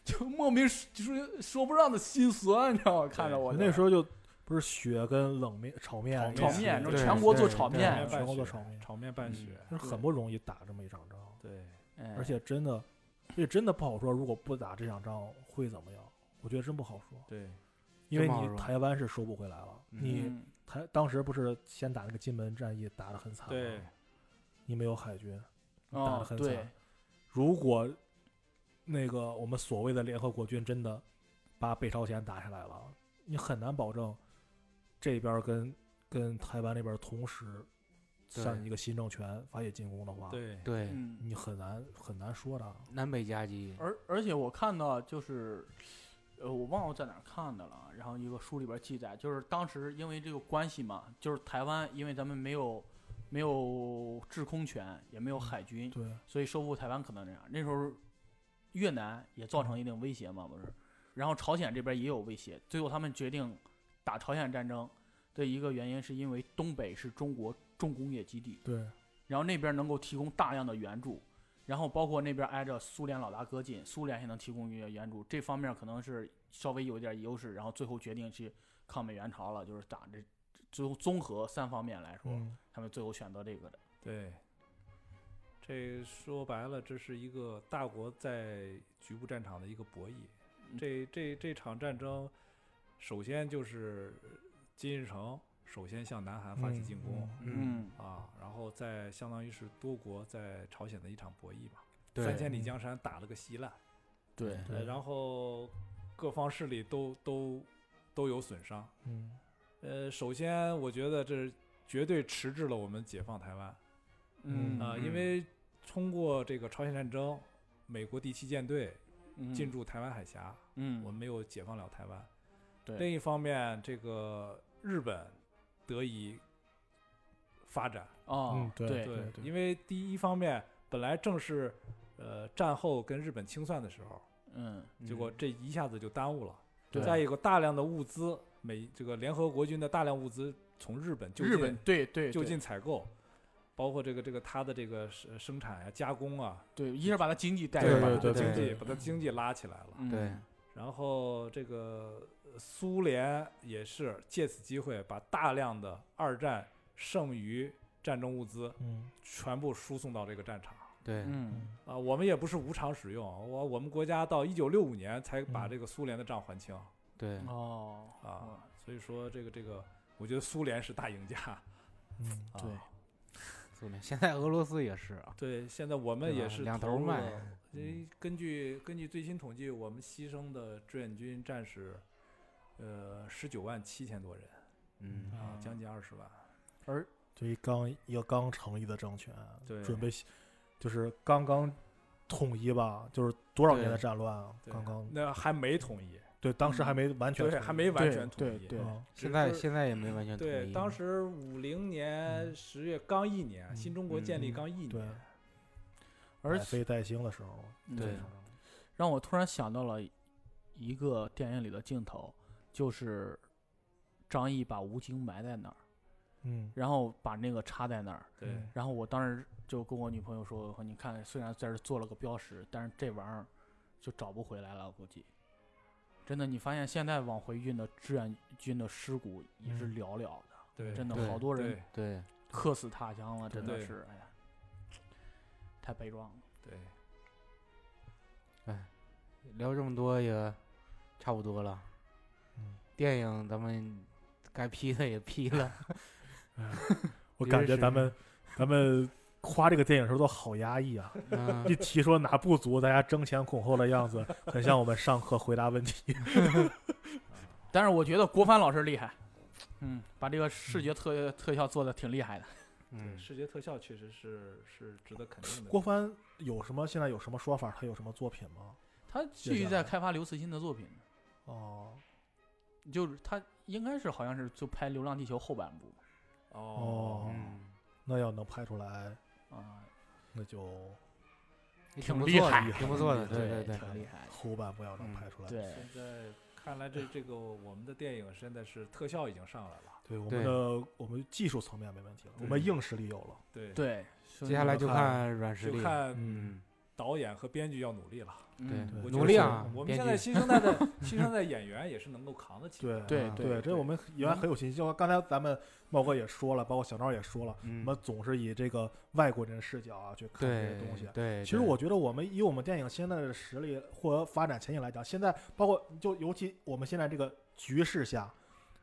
Speaker 1: 就莫名就是说不上的心酸，你知道吗？看着我
Speaker 3: 那时
Speaker 1: 候
Speaker 3: 候就不是雪跟冷面、炒面
Speaker 4: 炒
Speaker 3: 一起，
Speaker 1: 炒
Speaker 4: 面
Speaker 1: 面，就
Speaker 2: 对
Speaker 1: 全国做
Speaker 2: 对
Speaker 1: 炒
Speaker 3: 对
Speaker 1: 面，
Speaker 3: 全国都
Speaker 4: 拌
Speaker 3: 炒
Speaker 4: 雪
Speaker 3: 面
Speaker 4: 炒面拌雪，
Speaker 3: 就是很不容易打这么一场仗，
Speaker 4: 对，
Speaker 1: 哎
Speaker 3: 而且真的，而且真的不好说，如果不打这场仗会怎么样？我觉得真不好说，
Speaker 4: 对，
Speaker 3: 因为
Speaker 2: 真不好
Speaker 3: 你
Speaker 2: 说
Speaker 3: 台湾是收不回来了，
Speaker 4: 嗯
Speaker 3: 你
Speaker 1: 嗯
Speaker 3: 台当时不是先打那个金门战役打得很惨吗？
Speaker 4: 对，
Speaker 3: 你没有海军，你打得
Speaker 1: 哦，
Speaker 3: 很惨。
Speaker 1: 对，
Speaker 3: 啊如果那个我们所谓的联合国军真的把北朝鲜打下来了，你很难保证这边儿跟跟台湾那边儿同时
Speaker 2: 对
Speaker 3: 向一个新政权发起进攻的话，
Speaker 4: 对，
Speaker 2: 对，
Speaker 1: 嗯。
Speaker 3: 你很难很难说的。
Speaker 2: 南北夹击，
Speaker 1: 而而且我看到就是，呃，我忘了在哪儿看的了。啊然后一个书里边记载，就是当时因为这个关系嘛，就是台湾因为咱们没有没有制空权，也没有海军，
Speaker 3: 对，
Speaker 1: 所以收复台湾可能这样。那时候越南也造成一定威胁嘛，不是？然后朝鲜这边也有威胁，最后他们决定打朝鲜战争的一个原因，是因为东北是中国重工业基地，
Speaker 3: 对，
Speaker 1: 然后那边能够提供大量的援助，然后包括那边挨着苏联老大哥近，苏联也能提供一些援助，这方面可能是稍微有一点优势，然后最后决定去抗美援朝了，就是打这最后综合三方面来说，
Speaker 3: 嗯，
Speaker 1: 他们最后选择这个的，
Speaker 4: 对，这说白了，这是一个大国在局部战场的一个博弈。
Speaker 1: 嗯
Speaker 4: 这这这场战争，首先就是金日成首先向南韩发起进攻、
Speaker 2: 嗯，
Speaker 4: 啊，然后在相当于是多国在朝鲜的一场博弈嘛。
Speaker 2: 对
Speaker 4: 三千里
Speaker 3: 嗯
Speaker 4: 江山打了个稀烂，
Speaker 1: 对
Speaker 3: 对
Speaker 4: 呃然后各方势力都都都有损伤。
Speaker 3: 嗯，
Speaker 4: 呃，首先我觉得这绝对迟滞了我们解放台湾。
Speaker 1: 嗯
Speaker 4: 啊、
Speaker 2: 呃
Speaker 1: 啊，
Speaker 4: 因为通过这个朝鲜战争，美国第七舰队进
Speaker 1: 进
Speaker 4: 驻台湾海峡，
Speaker 1: 嗯，
Speaker 4: 我们没有解放了台湾。
Speaker 1: 对
Speaker 4: 另一方面，这个日本得以发展，
Speaker 1: 哦
Speaker 3: 嗯，对
Speaker 1: 对
Speaker 3: 对
Speaker 4: 因为第一方面本来正是呃战后跟日本清算的时候，
Speaker 1: 嗯，
Speaker 4: 结果这一下子就耽误了。
Speaker 1: 对
Speaker 4: 再有个大量的物资，美这个联合国军的大量物资从日本就
Speaker 1: 日
Speaker 4: 近
Speaker 1: 本对对
Speaker 4: 就
Speaker 1: 对
Speaker 4: 近采购，包括这个这个它的这个生生产呀、加工啊，
Speaker 1: 对，一是把它经济带
Speaker 2: 对
Speaker 1: 起来
Speaker 2: 对
Speaker 1: 了
Speaker 3: 对
Speaker 4: 经
Speaker 2: 对
Speaker 4: 济把它经济拉起来了。
Speaker 1: 嗯
Speaker 2: 对
Speaker 4: 然后这个呃苏联也是借此机会把大量的二战剩余战争物资
Speaker 3: 嗯，
Speaker 4: 全部输送到这个战场。
Speaker 2: 对，
Speaker 1: 嗯
Speaker 4: 啊，我们也不是无偿使用，啊我我们国家到一九六五年才把
Speaker 3: 嗯
Speaker 4: 这个苏联的账还清
Speaker 2: 对，
Speaker 1: 哦
Speaker 4: 啊，所以说这个这个，我觉得苏联是大赢家。
Speaker 3: 嗯，
Speaker 4: 啊、
Speaker 1: 对
Speaker 2: 苏联， 现在俄罗斯也是啊，
Speaker 4: 对，现在我们
Speaker 2: 对
Speaker 4: 也
Speaker 2: 吧
Speaker 4: 是
Speaker 2: 两
Speaker 4: 投
Speaker 2: 头
Speaker 4: 入
Speaker 2: 卖
Speaker 4: 了这根据根据最新统计，我们牺牲的志愿军战士，呃，十九万七千多人
Speaker 2: 嗯，
Speaker 4: 啊，
Speaker 1: 嗯
Speaker 4: 将近二十万。
Speaker 3: 就一刚一个刚成立的政权，
Speaker 4: 对
Speaker 3: 准备就是刚刚统一吧，就是多少年的
Speaker 2: 对
Speaker 3: 战乱啊，
Speaker 4: 对
Speaker 3: 刚刚
Speaker 4: 那还没统一，
Speaker 3: 对，当时还
Speaker 1: 嗯
Speaker 3: 没完全
Speaker 4: 对，
Speaker 3: 统一
Speaker 4: 还没完
Speaker 1: 对
Speaker 4: 全统
Speaker 1: 对
Speaker 4: 一。
Speaker 1: 对
Speaker 3: 啊
Speaker 4: 只
Speaker 2: 现在
Speaker 4: 是
Speaker 2: 现在也没完全统
Speaker 4: 对
Speaker 2: 一
Speaker 4: 当
Speaker 2: 嘛
Speaker 4: 时五零年
Speaker 3: 嗯
Speaker 4: 十月刚一年，新
Speaker 3: 嗯
Speaker 4: 中国建立
Speaker 3: 嗯
Speaker 4: 刚一
Speaker 3: 对
Speaker 4: 年，
Speaker 1: 而
Speaker 3: 百
Speaker 1: 且
Speaker 3: 废待兴的时候，
Speaker 2: 对
Speaker 1: 嗯让我突然想到了一个电影里的镜头，就是张译把吴京埋在那儿，
Speaker 3: 嗯
Speaker 1: 然后把那个插在那儿。
Speaker 4: 对，
Speaker 3: 嗯
Speaker 1: 然后我当时就跟我女朋友说：“我说你看，虽然在这儿做了个标识，但是这玩意儿就找不回来了，我估计。真的，你发现现在往回运的志愿军的尸骨也是
Speaker 3: 嗯
Speaker 1: 寥寥的，
Speaker 4: 对
Speaker 1: 真的
Speaker 2: 对
Speaker 1: 好多人
Speaker 4: 对
Speaker 2: 对，
Speaker 1: 客死他乡了，真的
Speaker 4: 对
Speaker 1: 是，哎呀，太悲壮了。
Speaker 4: 对，
Speaker 2: 聊这么多也差不多了。
Speaker 3: 嗯，
Speaker 2: 电影咱们该批的也批了，
Speaker 3: 我
Speaker 2: 别
Speaker 3: 感
Speaker 2: 是
Speaker 3: 觉咱们咱们夸这个电影的时候都好压抑啊！
Speaker 2: 嗯
Speaker 3: 一，提说哪不足，大家争前恐后的样子，很像我们上课回答问题。
Speaker 1: 但是我觉得郭帆老师厉害，嗯，把这个视觉特、特效做的挺厉害的。
Speaker 4: 对，
Speaker 2: 嗯，
Speaker 4: 视觉特效确实是是值得肯定的。
Speaker 3: 郭帆有什么现在有什么说法？他有什么作品吗？
Speaker 1: 他继续在开发刘慈欣的作品，
Speaker 3: 哦，
Speaker 1: 就是他应该是好像是就拍《流浪地球》后半部
Speaker 4: 哦，
Speaker 2: 嗯
Speaker 3: 那要能拍出来，
Speaker 1: 啊，
Speaker 3: 那就
Speaker 2: 也
Speaker 1: 挺
Speaker 2: 不
Speaker 1: 厉
Speaker 2: 错的
Speaker 1: 害
Speaker 2: 挺不错的，
Speaker 3: 挺
Speaker 2: 对对
Speaker 1: 挺厉害的，
Speaker 3: 后半部要能
Speaker 2: 嗯
Speaker 3: 拍出来。
Speaker 1: 对。
Speaker 4: 现在看来这这个我们的电影现在是特效已经上来了，
Speaker 3: 对我
Speaker 2: 对
Speaker 3: 们的我们技术层面没问题了，我们
Speaker 4: 对
Speaker 3: 硬实力有了。
Speaker 4: 对，
Speaker 1: 对，
Speaker 2: 接下来就
Speaker 3: 就看
Speaker 2: 看软实
Speaker 4: 就
Speaker 2: 力，
Speaker 4: 看
Speaker 2: 嗯，
Speaker 4: 导演和编剧要努力了。
Speaker 2: 对
Speaker 1: 嗯，
Speaker 4: 我
Speaker 2: 努
Speaker 4: 觉
Speaker 2: 力
Speaker 4: 得
Speaker 2: 啊
Speaker 4: 我们
Speaker 2: 编
Speaker 4: 现在
Speaker 2: 剧
Speaker 4: 新生代的新生代演员也是能够扛得起
Speaker 3: 对
Speaker 4: 的。
Speaker 1: 对
Speaker 2: 啊
Speaker 3: 对，这我们原来
Speaker 2: 嗯
Speaker 3: 很有信心。就刚才咱们茂哥也说了，包括小赵也说了，我
Speaker 2: 嗯
Speaker 3: 们总是以这个外国人的视角啊去看这
Speaker 2: 对
Speaker 3: 些东西。
Speaker 2: 对，
Speaker 3: 其实
Speaker 2: 对
Speaker 3: 我觉得，我们以我们电影现在的实力或发展前景来讲，现在包括就尤其我们现在这个局势下，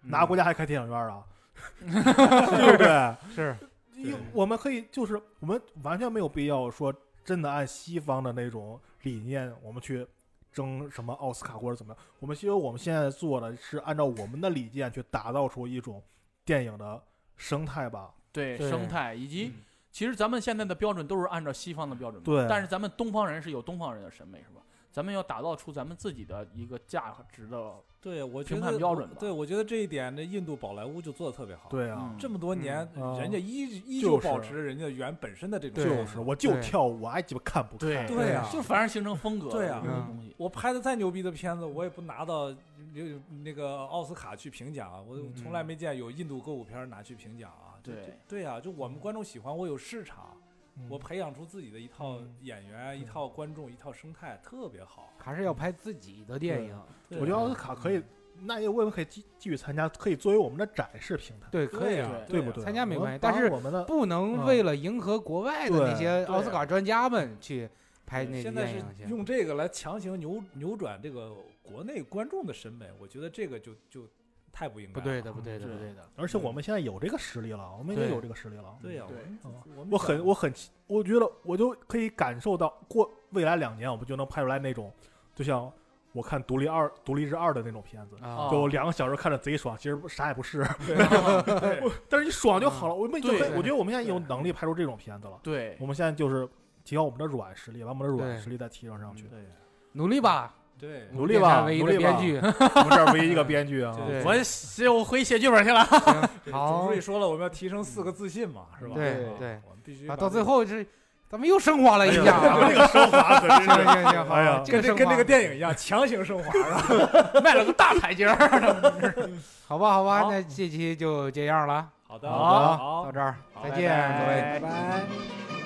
Speaker 1: 嗯
Speaker 2: 嗯
Speaker 3: 哪国家还开电影院 啊？ 对不对？
Speaker 2: 是
Speaker 3: 因为我们可以就是我们完全没有必要说真的按西方的那种理念，我们去争什么奥斯卡或者怎么样。我们其实我们现在做的是按照我们的理念去打造出一种电影的生态吧。
Speaker 1: 对
Speaker 2: 对
Speaker 1: 生态以及
Speaker 4: 嗯
Speaker 1: 其实咱们现在的标准都是按照西方的标准嘛，
Speaker 3: 对
Speaker 1: 但是咱们东方人是有东方人的审美，是吧？咱们要打造出咱们自己的一个价值的，
Speaker 4: 对，我觉
Speaker 1: 评判
Speaker 4: 得
Speaker 1: 标
Speaker 4: 我
Speaker 1: 准吧
Speaker 4: 对，我觉得这一点，那印度宝莱坞就做的特别好。，
Speaker 3: 对啊，
Speaker 1: 嗯
Speaker 4: 这么多年，
Speaker 3: 嗯啊
Speaker 4: 人家依依
Speaker 3: 就
Speaker 4: 旧
Speaker 3: 是
Speaker 4: 保持着人家原本身的这种
Speaker 2: 对
Speaker 3: 就是我就
Speaker 2: 对
Speaker 3: 跳舞，我爱鸡巴看不看？
Speaker 4: 对啊
Speaker 1: 就反而形成风格，
Speaker 4: 对啊
Speaker 1: 这种东西，
Speaker 4: 我拍的再牛逼的片子，我也不拿到那那个奥斯卡去评奖啊，我
Speaker 3: 嗯
Speaker 4: 从来没见有印度歌舞片儿拿去评奖啊。这
Speaker 1: 对
Speaker 4: 这对啊，就我们观众喜欢，我有市场，
Speaker 3: 嗯
Speaker 4: 我培养出自己的一套
Speaker 3: 嗯
Speaker 4: 演员、一
Speaker 3: 对
Speaker 4: 套观众、一套生态，特别好。
Speaker 2: 还是要拍自己的电
Speaker 3: 对
Speaker 2: 影，
Speaker 4: 对
Speaker 3: 我觉得奥斯卡可以，那也我们可以继继续参加，可以作为我们的展示平台，
Speaker 2: 对，可以
Speaker 4: 啊，
Speaker 1: 对
Speaker 3: 对
Speaker 4: 啊
Speaker 3: 不对？
Speaker 2: 参加没
Speaker 3: 我们
Speaker 2: 关系但
Speaker 3: 把
Speaker 2: 是
Speaker 3: 我们的
Speaker 2: 不能
Speaker 3: 嗯
Speaker 2: 为了迎合国外的那
Speaker 3: 对
Speaker 2: 些
Speaker 4: 对
Speaker 2: 奥斯卡专家们去拍
Speaker 4: 对
Speaker 2: 那些
Speaker 4: 现在
Speaker 2: 电
Speaker 4: 是
Speaker 2: 影去，
Speaker 4: 用这个来强行扭扭转这个国内观众的审美，我觉得这个就就太不应该。
Speaker 2: 不对的，不对的，
Speaker 1: 对
Speaker 2: 不对的，
Speaker 3: 而且我们现在有这个实力了，我们已经有这个实力了。嗯
Speaker 4: 对呀、啊
Speaker 1: 对
Speaker 4: 我们我们
Speaker 3: 我
Speaker 4: 讲
Speaker 3: 很我很期，我觉得我就可以感受到过未来两年，我们就能拍出来那种，就像我看《独立二》《独立日二》的那种片子，
Speaker 2: 啊
Speaker 3: 就两个小时看着贼爽，其实啥也不是，
Speaker 4: 对
Speaker 3: 但是你爽就好了。我们已经
Speaker 1: 对
Speaker 3: 很，我觉得我们现在有
Speaker 4: 对
Speaker 3: 能力拍出这种片子了。
Speaker 1: 对
Speaker 3: 我们现在就是提高我们的软实力，把我们的软
Speaker 2: 对
Speaker 3: 实力再提升上去。
Speaker 2: 努力吧，
Speaker 4: 对
Speaker 3: 努力
Speaker 2: 电台
Speaker 3: 吧
Speaker 2: 唯一
Speaker 3: 努
Speaker 2: 的
Speaker 3: 力
Speaker 2: 编
Speaker 3: 吧
Speaker 2: 剧，
Speaker 3: 我们这儿唯一一个编剧啊，
Speaker 4: 对
Speaker 1: 嗯我写我回写剧本去了，
Speaker 4: 对，
Speaker 2: 好
Speaker 4: 总书记说了，我们要提升四个自信嘛，是吧？
Speaker 2: 对
Speaker 4: 啊
Speaker 2: 对
Speaker 4: 我们必须
Speaker 2: 啊，
Speaker 4: 把
Speaker 2: 到
Speaker 4: 这
Speaker 2: 最
Speaker 4: 个
Speaker 2: 后是咱们又升华了一
Speaker 3: 哎
Speaker 2: 下
Speaker 3: 呀
Speaker 2: 啊，
Speaker 3: 这个升华可真
Speaker 2: 行
Speaker 3: 是，
Speaker 2: 行行，好
Speaker 3: 哎呀，
Speaker 2: 这
Speaker 4: 跟
Speaker 2: 个
Speaker 4: 这
Speaker 2: 升
Speaker 4: 跟
Speaker 2: 华
Speaker 4: 这个电影一样，强行升华是吧？
Speaker 1: 迈了个大台阶儿。
Speaker 2: 好吧好吧，
Speaker 4: 好
Speaker 2: 那这期就这样了，
Speaker 4: 好的，
Speaker 2: 好
Speaker 4: 好
Speaker 2: 到，这儿
Speaker 4: 好
Speaker 2: 再
Speaker 4: 拜
Speaker 2: 见，
Speaker 4: 拜
Speaker 2: 各位。
Speaker 4: 拜拜。